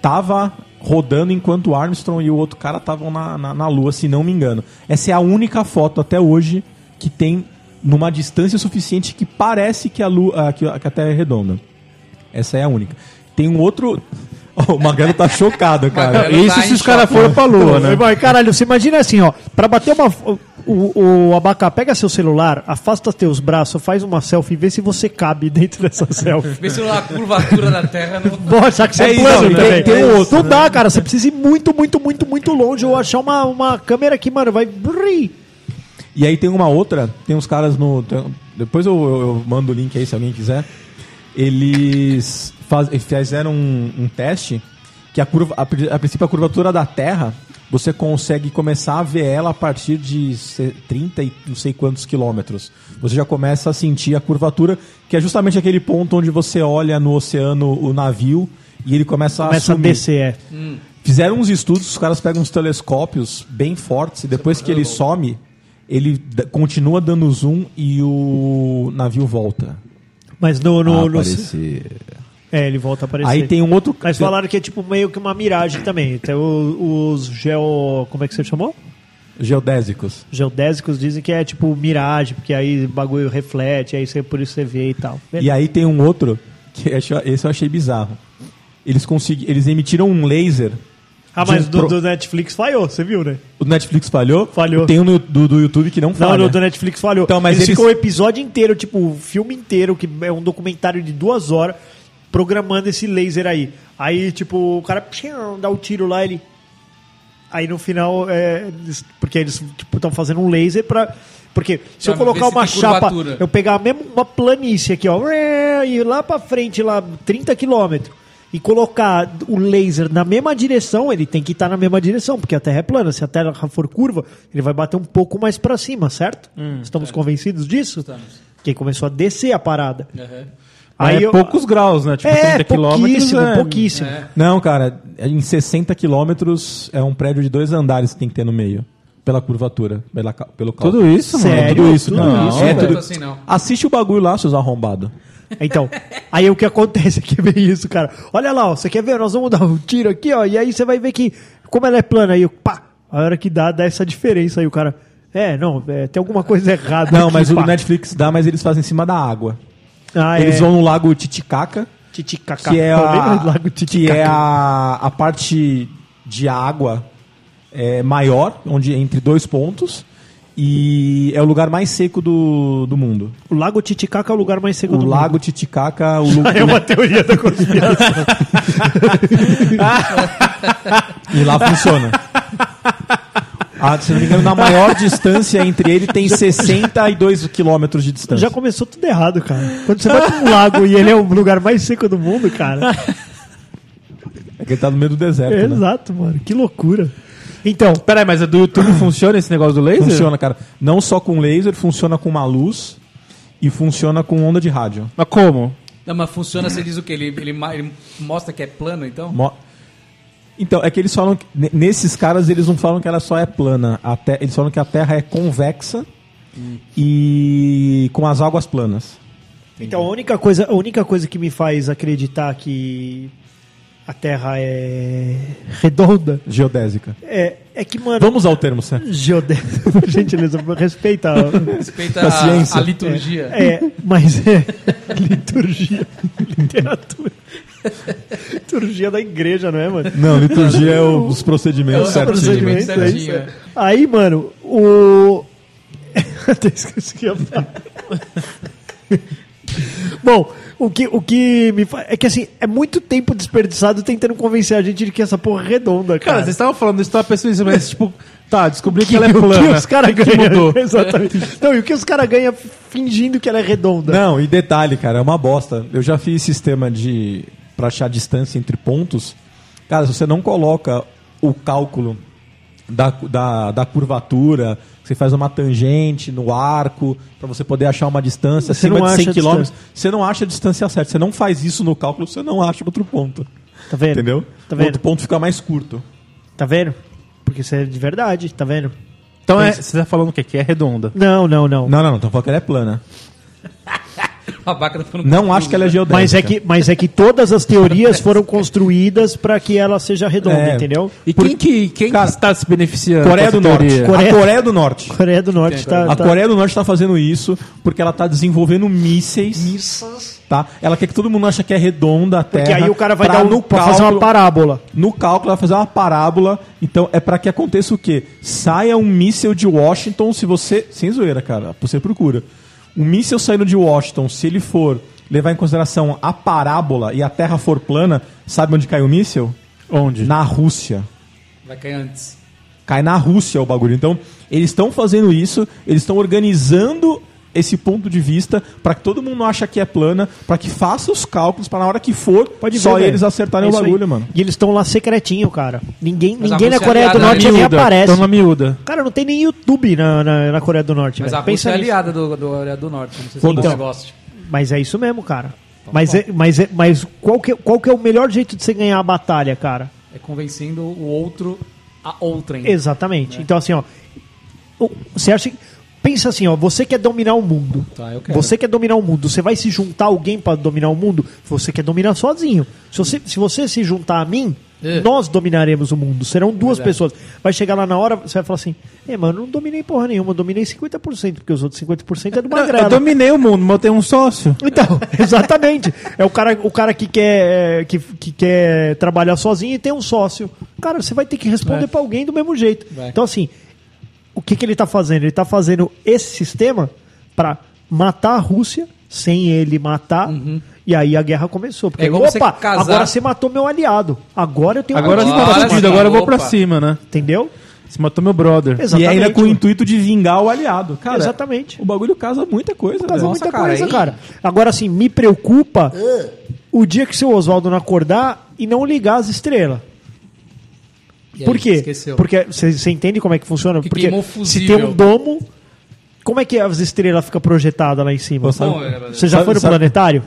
[SPEAKER 6] tava rodando enquanto o Armstrong e o outro cara estavam na, na, na Lua, se não me engano. Essa é a única foto até hoje que tem numa distância suficiente que parece que a, lua, ah, que a que a Terra é redonda. Essa é a única. Tem um outro. *laughs* Ó, o Magrelo tá chocado, cara.
[SPEAKER 2] *laughs*
[SPEAKER 5] Magrelo
[SPEAKER 2] Isso
[SPEAKER 5] tá
[SPEAKER 2] se
[SPEAKER 5] em
[SPEAKER 2] os caras
[SPEAKER 5] choque.
[SPEAKER 2] foram pra lua, né?
[SPEAKER 3] Vai, caralho, você imagina assim, ó, pra bater uma o, o, o abacá, pega seu celular, afasta teus braços, faz uma selfie e vê se você cabe dentro dessa *laughs* selfie.
[SPEAKER 5] Vê se lá a curvatura da terra não. tá
[SPEAKER 3] Bom, já que você
[SPEAKER 6] É
[SPEAKER 3] é,
[SPEAKER 6] isso,
[SPEAKER 3] plano
[SPEAKER 6] tem-
[SPEAKER 3] também.
[SPEAKER 6] tem um outro,
[SPEAKER 3] não dá, cara. Você precisa ir muito, muito, muito, muito longe ou achar uma, uma câmera que, mano, vai. brrr.
[SPEAKER 6] E aí tem uma outra, tem uns caras no. tem- depois eu, eu- eu mando o link aí se alguém quiser. Eles faz- fizeram um, um teste que a, curva, a, pri- a princípio a curvatura da Terra você consegue começar a ver ela a partir de se- 30 e não sei quantos quilômetros. Você já começa a sentir a curvatura, que é justamente aquele ponto onde você olha no oceano o navio e ele começa,
[SPEAKER 3] Começa a
[SPEAKER 6] sumir.
[SPEAKER 3] descer, é.
[SPEAKER 6] Fizeram uns estudos, os caras pegam uns telescópios bem fortes e depois que ele
[SPEAKER 3] é
[SPEAKER 6] some, ele d- continua dando zoom e o navio volta.
[SPEAKER 3] Mas no. no, no-
[SPEAKER 6] Ah, Aparecer.
[SPEAKER 3] é, ele volta a aparecer.
[SPEAKER 6] Aí tem um outro.
[SPEAKER 3] Mas falaram que é tipo meio que uma miragem também. Tem o- os geo. Como é que você chamou?
[SPEAKER 6] Geodésicos.
[SPEAKER 3] Geodésicos dizem que é tipo miragem, porque aí o bagulho reflete, aí você, por isso você vê e tal.
[SPEAKER 6] E aí tem um outro, que eu acho- esse eu achei bizarro. Eles, consegui, eles emitiram um laser.
[SPEAKER 3] ah,
[SPEAKER 6] de
[SPEAKER 3] mas
[SPEAKER 6] um
[SPEAKER 3] do,
[SPEAKER 6] pro-
[SPEAKER 3] do Netflix falhou, você viu, né?
[SPEAKER 6] O Netflix falhou?
[SPEAKER 3] Falhou.
[SPEAKER 6] Tem um no- do, do YouTube que não
[SPEAKER 3] Não,
[SPEAKER 6] falha.
[SPEAKER 3] não, do Netflix falhou.
[SPEAKER 6] Então, mas
[SPEAKER 3] eles,
[SPEAKER 6] eles-
[SPEAKER 3] ficam o episódio inteiro, tipo, o filme inteiro, que é um documentário de duas horas, programando esse laser aí. Aí, tipo, o cara pshim, dá o tiro lá, ele. Aí no final, é, eles- porque eles estão fazendo um laser pra. Porque se
[SPEAKER 5] Pra
[SPEAKER 3] eu colocar
[SPEAKER 5] ver se
[SPEAKER 3] uma
[SPEAKER 5] tem
[SPEAKER 3] chapa,
[SPEAKER 5] curvatura.
[SPEAKER 3] eu pegar mesmo uma planície aqui, ó, e lá pra frente, lá 30 quilômetros, e colocar o laser na mesma direção, ele tem que estar na mesma direção, porque a Terra é plana. Se a Terra for curva, ele vai bater um pouco mais pra cima, certo?
[SPEAKER 5] Hum,
[SPEAKER 3] Estamos convencidos disso? Estamos. Que começou a descer a parada.
[SPEAKER 2] Aí é
[SPEAKER 3] eu-
[SPEAKER 2] poucos graus, né? Tipo,
[SPEAKER 3] é,
[SPEAKER 2] 30 quilômetros.
[SPEAKER 3] pouquíssimo,
[SPEAKER 2] é-
[SPEAKER 3] pouquíssimo.
[SPEAKER 6] Não, cara, é em 60 quilômetros é um prédio de dois andares que tem que ter no meio. Pela curvatura, pela, ca- pelo cálculo.
[SPEAKER 2] Tudo isso, mano?
[SPEAKER 3] Sério?
[SPEAKER 6] Tudo isso,
[SPEAKER 3] Tudo
[SPEAKER 6] não.
[SPEAKER 3] isso,
[SPEAKER 6] *laughs* é
[SPEAKER 5] velho?
[SPEAKER 6] tudo...
[SPEAKER 5] Assim, não.
[SPEAKER 6] Assiste o bagulho lá, seus arrombados.
[SPEAKER 3] Então, aí o que acontece *laughs* é que é bem isso, cara. Olha lá, ó, você quer ver? Nós vamos dar um tiro aqui, ó, e aí você vai ver que, como ela é plana, aí, pá, a hora que dá, dá essa diferença aí, o cara. É, não, é, tem alguma coisa errada.
[SPEAKER 6] Não,
[SPEAKER 3] aqui,
[SPEAKER 6] mas o
[SPEAKER 3] pá.
[SPEAKER 6] Netflix dá, mas eles fazem em cima da água.
[SPEAKER 3] Ah,
[SPEAKER 6] eles
[SPEAKER 3] é.
[SPEAKER 6] vão no lago Titicaca,
[SPEAKER 3] Titicaca.
[SPEAKER 6] que é
[SPEAKER 3] Palmeiras,
[SPEAKER 6] a,
[SPEAKER 3] Lago
[SPEAKER 6] que
[SPEAKER 3] Titicaca.
[SPEAKER 6] é a, a parte de água é, maior, onde entre dois pontos, e é o lugar mais seco do, do mundo.
[SPEAKER 3] O Lago Titicaca é o lugar mais
[SPEAKER 6] O
[SPEAKER 3] seguro do mundo.
[SPEAKER 6] lago Titicaca, o
[SPEAKER 3] *laughs*
[SPEAKER 6] lugar.
[SPEAKER 3] É uma teoria da conspiração.
[SPEAKER 6] E lá funciona. Ah, se não me engano, na maior distância entre ele
[SPEAKER 3] *laughs*
[SPEAKER 6] tem 62 quilômetros de distância.
[SPEAKER 3] Já começou tudo errado, cara. Quando você vai pra um lago e ele é o lugar mais seco do mundo, cara.
[SPEAKER 6] *laughs* É que ele tá no meio do deserto, né?
[SPEAKER 3] Exato, mano. Que loucura. Então,
[SPEAKER 2] Peraí, mas é do YouTube funciona esse negócio do laser?
[SPEAKER 6] Funciona, cara. Não só com laser, funciona com uma luz e funciona com onda de rádio.
[SPEAKER 2] Mas como?
[SPEAKER 5] Não, mas funciona, você diz o quê? Ele, ele, ma- ele mostra que é plano, então?
[SPEAKER 6] Mo- Então, é que eles falam. que- ne- nesses caras, eles não falam que ela só é plana. A te- Eles falam que a Terra é convexa e com as águas planas.
[SPEAKER 3] Então, a única, coisa, a única coisa que me faz acreditar que a Terra é redonda
[SPEAKER 6] Geodésica.
[SPEAKER 3] é, é que, mano,
[SPEAKER 6] Vamos ao termo certo.
[SPEAKER 3] geodésico, por *laughs* gentileza, respeita. a-
[SPEAKER 5] Respeita
[SPEAKER 6] Da
[SPEAKER 5] a,
[SPEAKER 6] ciência.
[SPEAKER 5] a liturgia.
[SPEAKER 3] É, mas é liturgia, *laughs* literatura. liturgia da igreja, não é, mano?
[SPEAKER 6] Não, liturgia é o- os procedimentos
[SPEAKER 5] É o
[SPEAKER 6] certos.
[SPEAKER 5] procedimento.
[SPEAKER 3] Procedimento, é isso.
[SPEAKER 5] certinho,
[SPEAKER 3] Aí, mano, o. *laughs* Até esqueci o que eu ia falar. *laughs* Bom, o que, o que me faz. É que assim, é muito tempo desperdiçado tentando convencer a gente de que essa porra é
[SPEAKER 2] Cara,
[SPEAKER 3] redonda, cara.
[SPEAKER 2] vocês estavam falando isso, tava pensando isso, mas tipo, tá, descobri que, ela
[SPEAKER 6] *laughs*
[SPEAKER 2] é
[SPEAKER 3] E O que
[SPEAKER 2] plana.
[SPEAKER 3] os caras
[SPEAKER 2] que
[SPEAKER 3] ganham.
[SPEAKER 2] mudou?
[SPEAKER 3] *laughs* Exatamente. Não, e o que os caras ganham fingindo que ela é redonda?
[SPEAKER 6] Não, e detalhe, cara, é uma bosta. Eu já fiz sistema de. pra achar distância entre pontos. Cara, se você não coloca o cálculo da, da, da curvatura, você faz uma tangente no arco, pra você poder achar uma distância
[SPEAKER 3] Você
[SPEAKER 6] acima
[SPEAKER 3] não
[SPEAKER 6] de 100
[SPEAKER 3] acha a
[SPEAKER 6] km, você não acha a distância certa. Você não faz isso no cálculo, você não acha outro ponto.
[SPEAKER 3] Tá vendo?
[SPEAKER 6] Entendeu?
[SPEAKER 3] Tá
[SPEAKER 6] O outro
[SPEAKER 3] vendo?
[SPEAKER 6] ponto fica mais curto.
[SPEAKER 3] Tá vendo? Porque isso é de verdade, tá vendo?
[SPEAKER 2] Então é, você tá falando o quê? Que é redonda.
[SPEAKER 3] Não, não, não.
[SPEAKER 6] Não, não, não, tô falando que ela é plana.
[SPEAKER 5] *laughs* A vaca tá falando
[SPEAKER 6] Não
[SPEAKER 5] confuso,
[SPEAKER 6] acho que ela é
[SPEAKER 5] né?
[SPEAKER 6] geodésica.
[SPEAKER 3] Mas é, que, mas é que todas as
[SPEAKER 6] *laughs*
[SPEAKER 3] teorias foram construídas pra que ela seja redonda,
[SPEAKER 6] É.
[SPEAKER 3] entendeu?
[SPEAKER 2] E quem que, quem que está se beneficiando?
[SPEAKER 6] Coreia
[SPEAKER 2] com
[SPEAKER 6] do
[SPEAKER 2] essa teoria?
[SPEAKER 6] Norte.
[SPEAKER 3] Coreia-
[SPEAKER 6] A Coreia do Norte.
[SPEAKER 3] A Coreia do Norte tá.
[SPEAKER 6] A
[SPEAKER 3] tá-
[SPEAKER 6] Coreia do Norte está fazendo isso porque ela está desenvolvendo mísseis. Tá? Ela quer que todo mundo ache que é redonda a Terra.
[SPEAKER 3] Porque aí o cara vai
[SPEAKER 6] pra
[SPEAKER 3] dar um,
[SPEAKER 6] no
[SPEAKER 3] pra
[SPEAKER 6] cálculo,
[SPEAKER 3] fazer uma parábola.
[SPEAKER 6] No cálculo, ela vai fazer uma parábola. Então é para que aconteça o quê? Saia um míssil de Washington se você. Sem zoeira, cara. Você procura. Um míssil saindo de Washington, se ele for levar em consideração a parábola e a Terra for plana, sabe onde cai o míssil?
[SPEAKER 2] Onde?
[SPEAKER 6] Na Rússia.
[SPEAKER 5] Vai cair antes.
[SPEAKER 6] Cai na Rússia o bagulho. Então, eles estão fazendo isso, eles estão organizando esse ponto de vista para que todo mundo acha que é plana, para que faça os cálculos para na hora que for,
[SPEAKER 3] Pode
[SPEAKER 6] só
[SPEAKER 3] ver,
[SPEAKER 6] eles
[SPEAKER 3] velho.
[SPEAKER 6] acertarem
[SPEAKER 3] É
[SPEAKER 6] o
[SPEAKER 3] isso aí.
[SPEAKER 6] bagulho, mano.
[SPEAKER 3] E eles estão lá secretinho, cara. Ninguém,
[SPEAKER 5] Mas a
[SPEAKER 3] ninguém na
[SPEAKER 5] Rússia é
[SPEAKER 3] Coreia do
[SPEAKER 5] aliada,
[SPEAKER 3] Norte
[SPEAKER 5] né?
[SPEAKER 3] nem
[SPEAKER 2] Miúda,
[SPEAKER 3] aparece.
[SPEAKER 2] Então na miúda.
[SPEAKER 3] Cara, não tem nem YouTube na, na, na Coreia do Norte,
[SPEAKER 5] Mas
[SPEAKER 3] velho.
[SPEAKER 5] a Rússia é
[SPEAKER 3] nisso.
[SPEAKER 5] aliada do, do, Coreia do Norte. Não sei se
[SPEAKER 6] Foda-se.
[SPEAKER 5] você gosta.
[SPEAKER 3] Mas é isso mesmo, cara.
[SPEAKER 5] Então
[SPEAKER 3] Mas,
[SPEAKER 5] tá
[SPEAKER 3] é, mas, é, mas qual, que, qual que é o melhor jeito de você ganhar a batalha, cara?
[SPEAKER 5] É convencendo o outro a outrem. Né?
[SPEAKER 3] Exatamente. Então, assim, ó. o- Você acha que. Pensa assim, ó. Você quer dominar o mundo.
[SPEAKER 5] Tá, eu quero.
[SPEAKER 3] Você quer dominar o mundo. Você vai se juntar a alguém pra dominar o mundo? Você quer dominar sozinho. Se você, se você se juntar a mim,
[SPEAKER 5] É.
[SPEAKER 3] Nós dominaremos o mundo. Serão duas
[SPEAKER 5] Verdade.
[SPEAKER 3] pessoas. Vai chegar lá na hora, você vai falar assim: É, mano, eu não dominei porra nenhuma, eu dominei 50%, porque os outros 50% é do
[SPEAKER 2] Eu, eu
[SPEAKER 3] Magrela.
[SPEAKER 2] dominei o mundo, mas eu tenho um sócio.
[SPEAKER 3] Então, *laughs* exatamente. É o cara, o cara que, quer, é, que, que quer trabalhar sozinho e tem um sócio. Cara, você vai ter que responder
[SPEAKER 2] É.
[SPEAKER 3] pra alguém do mesmo jeito.
[SPEAKER 5] Vai.
[SPEAKER 3] Então, assim, o que, que ele tá fazendo? Ele tá fazendo esse sistema pra matar a Rússia sem ele matar.
[SPEAKER 2] Uhum.
[SPEAKER 3] E aí a guerra começou. Porque,
[SPEAKER 5] É igual você
[SPEAKER 3] opa,
[SPEAKER 5] casar-
[SPEAKER 3] agora você matou meu aliado. Agora eu tenho
[SPEAKER 2] Agora
[SPEAKER 3] motivo
[SPEAKER 2] você
[SPEAKER 5] Agora
[SPEAKER 3] pra
[SPEAKER 2] tá
[SPEAKER 3] te
[SPEAKER 5] sim.
[SPEAKER 2] fudido,
[SPEAKER 3] matar.
[SPEAKER 2] agora eu vou pra
[SPEAKER 5] Opa.
[SPEAKER 2] cima, né?
[SPEAKER 3] Entendeu?
[SPEAKER 2] Você matou meu brother.
[SPEAKER 3] Exatamente,
[SPEAKER 2] E ainda com o
[SPEAKER 3] mano.
[SPEAKER 2] intuito de vingar o aliado. Cara,
[SPEAKER 3] Exatamente.
[SPEAKER 2] o bagulho casa muita coisa,
[SPEAKER 3] Casa
[SPEAKER 2] velho.
[SPEAKER 3] muita
[SPEAKER 5] cara, Ah.
[SPEAKER 3] coisa,
[SPEAKER 5] aí-
[SPEAKER 3] cara. Agora, assim, me preocupa o dia que seu Oswaldo não acordar e não ligar as estrelas.
[SPEAKER 5] E aí,
[SPEAKER 3] Por quê?
[SPEAKER 5] Esqueceu.
[SPEAKER 3] Porque você você entende como é que funciona?
[SPEAKER 5] Que
[SPEAKER 3] Porque
[SPEAKER 5] queimou o
[SPEAKER 3] se
[SPEAKER 5] fusível.
[SPEAKER 3] tem um domo, como é que as estrelas ficam projetadas lá em cima?
[SPEAKER 2] sabe-
[SPEAKER 5] Bom, era-
[SPEAKER 3] Você já
[SPEAKER 2] sabe-
[SPEAKER 3] foi no
[SPEAKER 2] sabe-
[SPEAKER 3] planetário?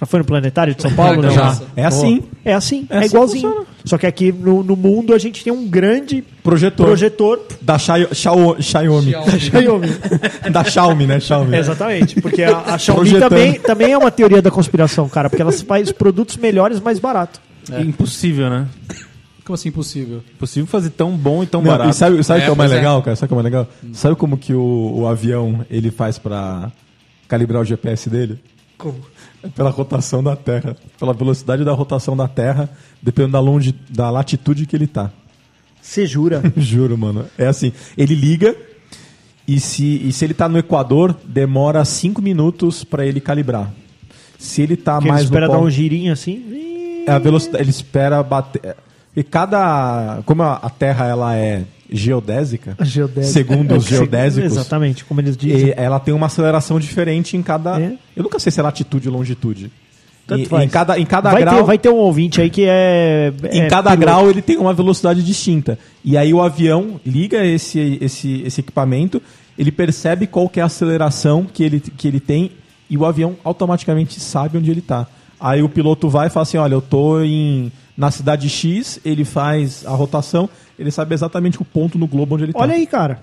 [SPEAKER 3] Já foi no planetário de São Paulo?
[SPEAKER 5] Já.
[SPEAKER 3] Não.
[SPEAKER 2] É assim.
[SPEAKER 3] Boa. É assim,
[SPEAKER 2] É
[SPEAKER 3] é,
[SPEAKER 2] assim
[SPEAKER 3] igualzinho.
[SPEAKER 2] que funciona.
[SPEAKER 3] Só que aqui no, no mundo a gente tem um grande
[SPEAKER 2] Projetor.
[SPEAKER 3] projetor.
[SPEAKER 2] Da Xia- Xiao- Xiaomi.
[SPEAKER 6] *laughs*
[SPEAKER 3] Xiaomi.
[SPEAKER 2] da Xiaomi, né? Xiaomi.
[SPEAKER 3] Exatamente, porque a, a Xiaomi
[SPEAKER 2] Projetando.
[SPEAKER 3] também, também é uma teoria da conspiração, cara, porque elas faz produtos melhores mais barato.
[SPEAKER 2] É. Impossível, né?
[SPEAKER 5] Como assim impossível?
[SPEAKER 2] Impossível fazer tão bom e tão
[SPEAKER 6] Não,
[SPEAKER 2] barato.
[SPEAKER 6] e sabe, sabe o
[SPEAKER 5] É,
[SPEAKER 6] que é o
[SPEAKER 5] pois
[SPEAKER 6] mais
[SPEAKER 5] é.
[SPEAKER 6] legal, cara? Sabe o que é o mais legal?
[SPEAKER 3] Hum.
[SPEAKER 6] Sabe como que o, o avião ele faz pra calibrar o GPS dele? Como? Pela rotação da Terra. Pela velocidade da rotação da Terra, dependendo da, longe, da latitude que ele tá.
[SPEAKER 3] Você jura?
[SPEAKER 6] Juro, mano. É assim, ele liga e se, e se ele tá no Equador, demora 5 minutos pra ele calibrar. Se ele tá
[SPEAKER 3] Que ele
[SPEAKER 6] mais
[SPEAKER 3] espera
[SPEAKER 6] no
[SPEAKER 3] dar
[SPEAKER 6] polo-
[SPEAKER 3] um girinho assim.
[SPEAKER 6] é a velocidade, ele espera bater. é, E cada. Como a a Terra ela é geodésica,
[SPEAKER 3] A geodésica. É,
[SPEAKER 6] segundo os geodésicos,
[SPEAKER 3] Exatamente, como eles dizem.
[SPEAKER 6] e ela tem uma aceleração diferente em cada.
[SPEAKER 3] É.
[SPEAKER 6] Eu nunca sei se é latitude ou longitude.
[SPEAKER 3] Tanto
[SPEAKER 6] E-
[SPEAKER 3] faz.
[SPEAKER 6] Em cada, em cada
[SPEAKER 3] vai,
[SPEAKER 6] grau.
[SPEAKER 3] ter, vai ter um ouvinte aí que é.
[SPEAKER 6] Em
[SPEAKER 3] é
[SPEAKER 6] cada
[SPEAKER 3] piloto.
[SPEAKER 6] grau ele tem uma velocidade distinta. E aí o avião liga esse, esse, esse equipamento, ele percebe qual que é a aceleração que ele, que ele tem e o avião automaticamente sabe onde ele está. Aí o piloto vai e fala assim, olha, eu tô em, na cidade X, ele faz a rotação, ele sabe exatamente o ponto no globo onde ele tá. está.
[SPEAKER 3] Olha aí, cara.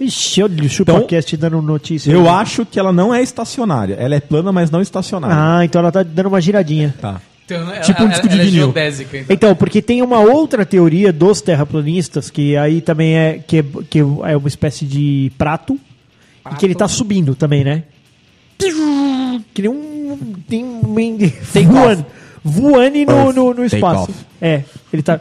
[SPEAKER 3] Ixi, olha o Chupacast dando notícia.
[SPEAKER 6] Então, Eu acho que ela não é estacionária. Ela é plana, mas não estacionária.
[SPEAKER 3] Ah, então ela tá dando uma giradinha.
[SPEAKER 6] Tá.
[SPEAKER 5] Então, ela-
[SPEAKER 6] Tipo um
[SPEAKER 5] ela-
[SPEAKER 6] disco de
[SPEAKER 5] ela é
[SPEAKER 6] vinil.
[SPEAKER 5] geodésica, então.
[SPEAKER 3] Então, porque tem uma outra teoria dos terraplanistas, que aí também é, que, que é uma espécie de prato, e que ele tá subindo também, né? Que nem um. Tem um. Voando, voando no, no, no espaço. É, ele tá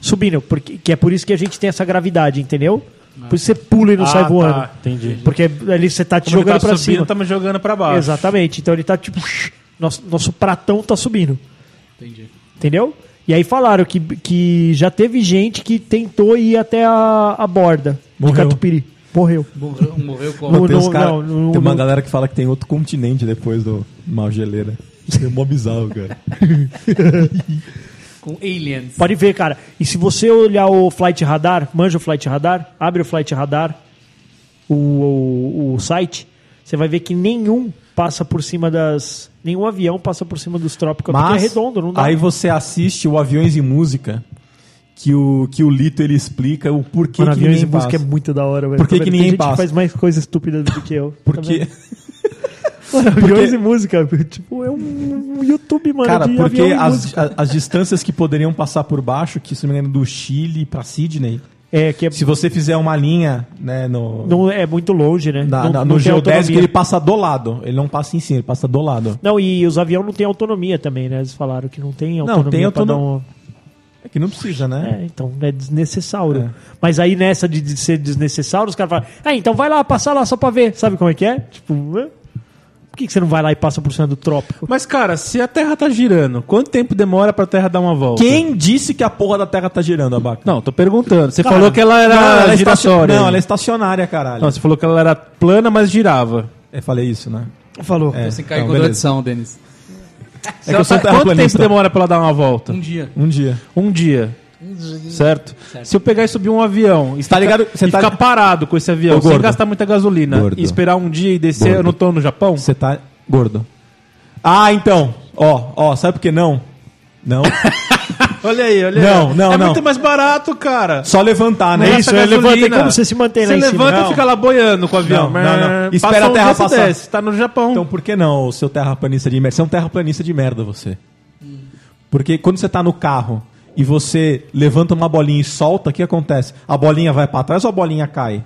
[SPEAKER 3] subindo, porque, que é por isso que a gente tem essa gravidade, entendeu? Por isso você pula e não
[SPEAKER 2] Ah,
[SPEAKER 3] sai voando.
[SPEAKER 2] tá, entendi.
[SPEAKER 3] Porque ali você tá te
[SPEAKER 2] Como ele
[SPEAKER 3] jogando
[SPEAKER 2] tá
[SPEAKER 3] pra
[SPEAKER 2] subindo,
[SPEAKER 3] cima.
[SPEAKER 2] Estamos jogando pra baixo.
[SPEAKER 3] Exatamente. Então ele tá tipo. Nosso, nosso pratão tá subindo.
[SPEAKER 5] Entendi.
[SPEAKER 3] Entendeu? E aí falaram que, que já teve gente que tentou ir até a, a borda de
[SPEAKER 6] Morreu.
[SPEAKER 3] Catupiry. Morreu.
[SPEAKER 5] Morreu, morreu como?
[SPEAKER 3] No-
[SPEAKER 6] Tem, uns
[SPEAKER 3] no-
[SPEAKER 6] cara-
[SPEAKER 3] não, no-
[SPEAKER 6] tem uma
[SPEAKER 3] no-
[SPEAKER 6] galera que fala que tem outro continente depois do uma geleira. É mó bizarro, cara.
[SPEAKER 5] Com aliens.
[SPEAKER 3] Pode ver, cara. E se você olhar o Flight Radar, manja o Flight Radar, abre o Flight Radar, o, o, o site, você vai ver que nenhum passa por cima das. Nenhum avião passa por cima dos trópicos. porque é
[SPEAKER 6] Mas
[SPEAKER 3] redondo, não dá.
[SPEAKER 6] aí você assiste o Aviões e Música, que o, que o Lito ele explica o porquê
[SPEAKER 3] Mano,
[SPEAKER 6] que
[SPEAKER 3] aviões
[SPEAKER 6] ninguém
[SPEAKER 3] e música
[SPEAKER 6] passa.
[SPEAKER 3] é muito da hora, velho.
[SPEAKER 6] Por que
[SPEAKER 3] Tá
[SPEAKER 6] que
[SPEAKER 3] vendo?
[SPEAKER 6] ninguém
[SPEAKER 3] Tem gente
[SPEAKER 6] passa?
[SPEAKER 3] que faz mais coisa estúpida do que eu. Tá
[SPEAKER 6] Porque,
[SPEAKER 3] Mano, aviões e música, *laughs* tipo, é um um YouTube, mano,
[SPEAKER 6] *laughs* cara,
[SPEAKER 3] de
[SPEAKER 6] porque
[SPEAKER 3] avião e
[SPEAKER 6] as,
[SPEAKER 3] música.
[SPEAKER 6] a- as distâncias que poderiam passar por baixo, que se não me engano, é do Chile pra Sydney,
[SPEAKER 3] É, que é,
[SPEAKER 6] se você fizer uma linha, né, no,
[SPEAKER 3] não, é muito longe, né?
[SPEAKER 6] na-
[SPEAKER 3] Não-
[SPEAKER 6] na-
[SPEAKER 3] não
[SPEAKER 6] no
[SPEAKER 3] tem
[SPEAKER 6] geodésico
[SPEAKER 3] autonomia.
[SPEAKER 6] ele passa do lado. Ele não passa em cima, ele passa do lado.
[SPEAKER 3] Não, e os aviões não têm autonomia também, né? Eles falaram que não tem autonomia
[SPEAKER 6] tem
[SPEAKER 3] pra
[SPEAKER 6] autono-
[SPEAKER 3] dar um-
[SPEAKER 6] É que não precisa, né?
[SPEAKER 3] É, então é desnecessário.
[SPEAKER 6] É.
[SPEAKER 3] Mas aí nessa de, de ser desnecessário, os caras falam, ah, então vai lá, passar lá só pra ver. Sabe como é que é? Tipo, hã? por que, que você não vai lá e passa por cima do trópico?
[SPEAKER 2] Mas, cara, se a Terra tá girando, quanto tempo demora pra Terra dar uma volta?
[SPEAKER 6] Quem disse que a porra da Terra tá girando, Abaca?
[SPEAKER 2] Não, tô perguntando. Você
[SPEAKER 3] Cara,
[SPEAKER 2] falou que ela era
[SPEAKER 6] Não, ela é
[SPEAKER 2] giratória.
[SPEAKER 6] estacion- não, ela é estacionária, caralho.
[SPEAKER 2] Não, você falou que ela era plana, mas girava.
[SPEAKER 6] Eu falei isso, né?
[SPEAKER 3] Falou.
[SPEAKER 5] Você
[SPEAKER 6] É,
[SPEAKER 5] Assim, caiu
[SPEAKER 6] então,
[SPEAKER 5] com a
[SPEAKER 6] beleza.
[SPEAKER 5] edição, Denis.
[SPEAKER 2] É que eu sou quanto tempo
[SPEAKER 6] terraplanista.
[SPEAKER 2] demora pra ela dar uma volta?
[SPEAKER 5] Um dia.
[SPEAKER 6] Um dia.
[SPEAKER 2] Um dia. Certo? Se eu pegar e subir um avião e,
[SPEAKER 6] Tá ligado?
[SPEAKER 2] ficar,
[SPEAKER 6] Você
[SPEAKER 2] e
[SPEAKER 6] tá-
[SPEAKER 2] ficar parado com esse avião,
[SPEAKER 6] Ô,
[SPEAKER 2] sem
[SPEAKER 6] gordo.
[SPEAKER 2] gastar muita gasolina
[SPEAKER 6] Gordo.
[SPEAKER 2] e esperar um dia e descer,
[SPEAKER 6] Gordo.
[SPEAKER 2] eu não tô no Japão?
[SPEAKER 6] Você tá gordo. Ah, então. Ó, ó, sabe por que não? Não.
[SPEAKER 2] Olha aí, olha
[SPEAKER 6] Não,
[SPEAKER 2] aí.
[SPEAKER 6] não,
[SPEAKER 2] é
[SPEAKER 6] não.
[SPEAKER 2] muito mais barato, cara.
[SPEAKER 6] Só levantar, né?
[SPEAKER 3] É
[SPEAKER 2] Gasta
[SPEAKER 3] isso, é
[SPEAKER 2] gasolina.
[SPEAKER 3] levanta e como você se mantém
[SPEAKER 2] Você
[SPEAKER 3] lá em cima?
[SPEAKER 2] levanta
[SPEAKER 6] Não.
[SPEAKER 2] e fica lá boiando com o avião.
[SPEAKER 6] Não, não, não.
[SPEAKER 2] Passa
[SPEAKER 6] Espera a
[SPEAKER 2] um
[SPEAKER 6] Terra
[SPEAKER 2] dia, você
[SPEAKER 6] passar.
[SPEAKER 2] desce, Tá no Japão.
[SPEAKER 6] Então por que não, o seu terraplanista de merda? Você é um terraplanista de merda, você. Porque quando você tá no carro e você levanta uma bolinha e solta, o que acontece? A bolinha vai para trás ou a bolinha cai?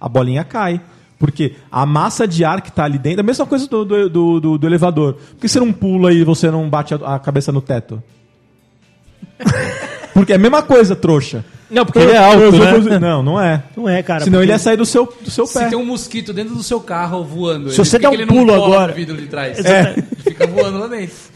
[SPEAKER 6] A bolinha cai. Porque a massa de ar que tá ali dentro, a mesma coisa do, do, do, do- do elevador. Por que você não pula e você não bate a, a cabeça no teto? *laughs* Porque é a mesma coisa, trouxa.
[SPEAKER 2] Não, porque ele é alto,
[SPEAKER 6] Eu- eu-
[SPEAKER 2] né?
[SPEAKER 6] eu- Não, não é.
[SPEAKER 3] Não é, cara.
[SPEAKER 6] Senão
[SPEAKER 3] porque-
[SPEAKER 6] ele ia sair do seu, do seu
[SPEAKER 5] Se
[SPEAKER 6] pé.
[SPEAKER 5] tem um mosquito dentro do seu carro voando,
[SPEAKER 3] Se você
[SPEAKER 5] por que
[SPEAKER 3] der um
[SPEAKER 5] que ele não
[SPEAKER 3] pulo
[SPEAKER 5] cola
[SPEAKER 3] agora-
[SPEAKER 5] no vidro de trás.
[SPEAKER 3] Exata-
[SPEAKER 5] Ele fica voando lá dentro.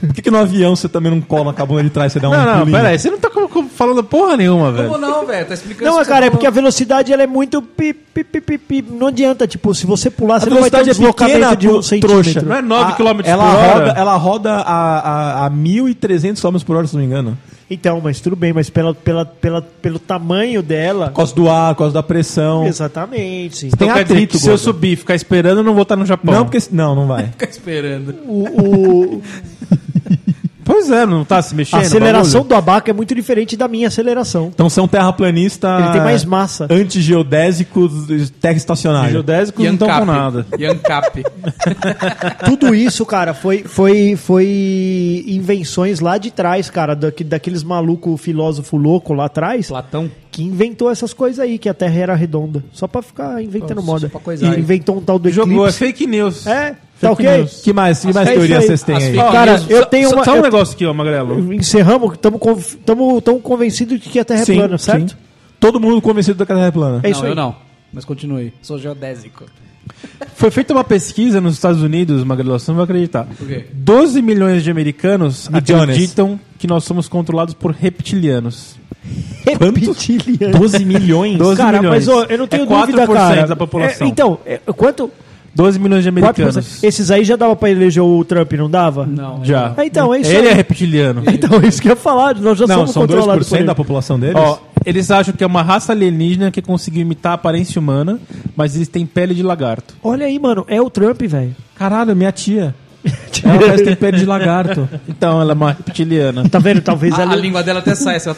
[SPEAKER 6] Por que, que no avião você também não cola com a bunda de trás, você dá um
[SPEAKER 2] Não, não,
[SPEAKER 6] pulinho?
[SPEAKER 2] pera aí, você não tá como- como falando porra nenhuma, velho.
[SPEAKER 5] Como não, velho? Tá explicando
[SPEAKER 3] Não,
[SPEAKER 5] isso
[SPEAKER 3] cara, é
[SPEAKER 5] que
[SPEAKER 3] porque a velocidade ela é muito pi, pi, pi, pi, pi. Não adianta, tipo, se você pular,
[SPEAKER 6] A
[SPEAKER 3] você não vai ter um
[SPEAKER 6] velocidade é
[SPEAKER 3] deslocamento
[SPEAKER 6] pequena,
[SPEAKER 3] de um
[SPEAKER 6] tro- trouxa.
[SPEAKER 3] centímetro.
[SPEAKER 2] Não é 9
[SPEAKER 6] A-
[SPEAKER 2] km por
[SPEAKER 6] ela
[SPEAKER 2] hora.
[SPEAKER 6] roda, ela roda a, a, a 1.300 km por hora, se não me engano.
[SPEAKER 3] Então, mas tudo bem, mas pela, pela, pela, pelo tamanho dela.
[SPEAKER 6] Por causa do ar, por causa da pressão.
[SPEAKER 3] Exatamente.
[SPEAKER 6] Tem
[SPEAKER 2] Então quer dizer
[SPEAKER 6] atrito,
[SPEAKER 2] que se eu
[SPEAKER 6] gordo.
[SPEAKER 2] subir e ficar esperando, eu não vou estar no Japão.
[SPEAKER 6] Não, porque... Não,
[SPEAKER 3] *laughs*
[SPEAKER 6] não vai.
[SPEAKER 5] Fica esperando.
[SPEAKER 3] O, o-
[SPEAKER 2] Pois é, não tá se mexendo.
[SPEAKER 3] a aceleração
[SPEAKER 2] bagulho?
[SPEAKER 3] do abaca é muito diferente da minha aceleração.
[SPEAKER 6] Então são terraplanistas...
[SPEAKER 3] Ele tem mais massa.
[SPEAKER 6] Antigeodésicos, terra
[SPEAKER 2] Os
[SPEAKER 6] estacionária.
[SPEAKER 2] geodésicos não estão com nada.
[SPEAKER 5] E ANCAP.
[SPEAKER 3] Tudo isso, cara, foi, foi, foi invenções lá de trás, cara, daqu- daqueles maluco filósofo louco lá atrás.
[SPEAKER 5] Platão.
[SPEAKER 3] que inventou essas coisas aí, que a Terra era redonda. Só pra ficar inventando
[SPEAKER 5] Só
[SPEAKER 3] moda.
[SPEAKER 5] pra coisar
[SPEAKER 3] E
[SPEAKER 5] aí.
[SPEAKER 3] inventou um tal do eclipse.
[SPEAKER 2] Jogou, é fake news.
[SPEAKER 3] É, tá ok?
[SPEAKER 2] news.
[SPEAKER 6] Que mais, que
[SPEAKER 3] É
[SPEAKER 6] mais
[SPEAKER 3] isso
[SPEAKER 6] teorias
[SPEAKER 3] aí.
[SPEAKER 6] vocês têm
[SPEAKER 5] As
[SPEAKER 6] aí?
[SPEAKER 5] fake-
[SPEAKER 3] Ó, Cara,
[SPEAKER 5] news.
[SPEAKER 3] eu
[SPEAKER 2] Só-
[SPEAKER 3] tenho
[SPEAKER 2] só,
[SPEAKER 3] uma...
[SPEAKER 2] só um
[SPEAKER 3] eu-
[SPEAKER 2] negócio aqui, ó, Magrelo.
[SPEAKER 3] Encerramos, estamos convencidos de que a Terra é plana, certo?
[SPEAKER 6] sim. Todo mundo convencido da terra é plana.
[SPEAKER 3] É isso
[SPEAKER 5] não,
[SPEAKER 3] aí.
[SPEAKER 5] eu não. Mas continue. Sou geodésico.
[SPEAKER 2] Foi feita uma pesquisa nos Estados Unidos, Magrelo, você não vai acreditar.
[SPEAKER 5] quê?
[SPEAKER 2] 12 milhões de americanos
[SPEAKER 6] Milhões.
[SPEAKER 2] acreditam que nós somos controlados por reptilianos.
[SPEAKER 3] *laughs* Reptiliano.
[SPEAKER 6] 12 milhões?
[SPEAKER 2] 12
[SPEAKER 3] Cara,
[SPEAKER 2] milhões.
[SPEAKER 3] mas ó, eu não tenho
[SPEAKER 2] é 4%
[SPEAKER 3] dúvida, cara.
[SPEAKER 2] da população.
[SPEAKER 3] É, então, é, quanto?
[SPEAKER 2] 12 milhões de americanos.
[SPEAKER 3] 4%. Esses aí já dava pra eleger o Trump, não dava?
[SPEAKER 5] Não.
[SPEAKER 2] Já.
[SPEAKER 3] Ah, então, é isso
[SPEAKER 2] Ele
[SPEAKER 3] aí.
[SPEAKER 2] é reptiliano.
[SPEAKER 3] Então, isso que eu ia falar. Nós já
[SPEAKER 6] Não,
[SPEAKER 3] somos
[SPEAKER 6] são
[SPEAKER 3] controlados
[SPEAKER 6] 2% da
[SPEAKER 3] por ele.
[SPEAKER 6] população deles?
[SPEAKER 2] Ó, eles acham que é uma raça alienígena que conseguiu imitar a aparência humana, mas eles têm pele de lagarto.
[SPEAKER 3] Olha aí, mano. É o Trump, velho.
[SPEAKER 6] Caralho,
[SPEAKER 2] *laughs*
[SPEAKER 6] minha tia. Ela parece que tem pé de lagarto.
[SPEAKER 2] Então, ela é uma reptiliana.
[SPEAKER 3] Tá vendo? Talvez
[SPEAKER 5] *laughs* A, a
[SPEAKER 3] ela...
[SPEAKER 5] língua dela até sai. Assim, ó.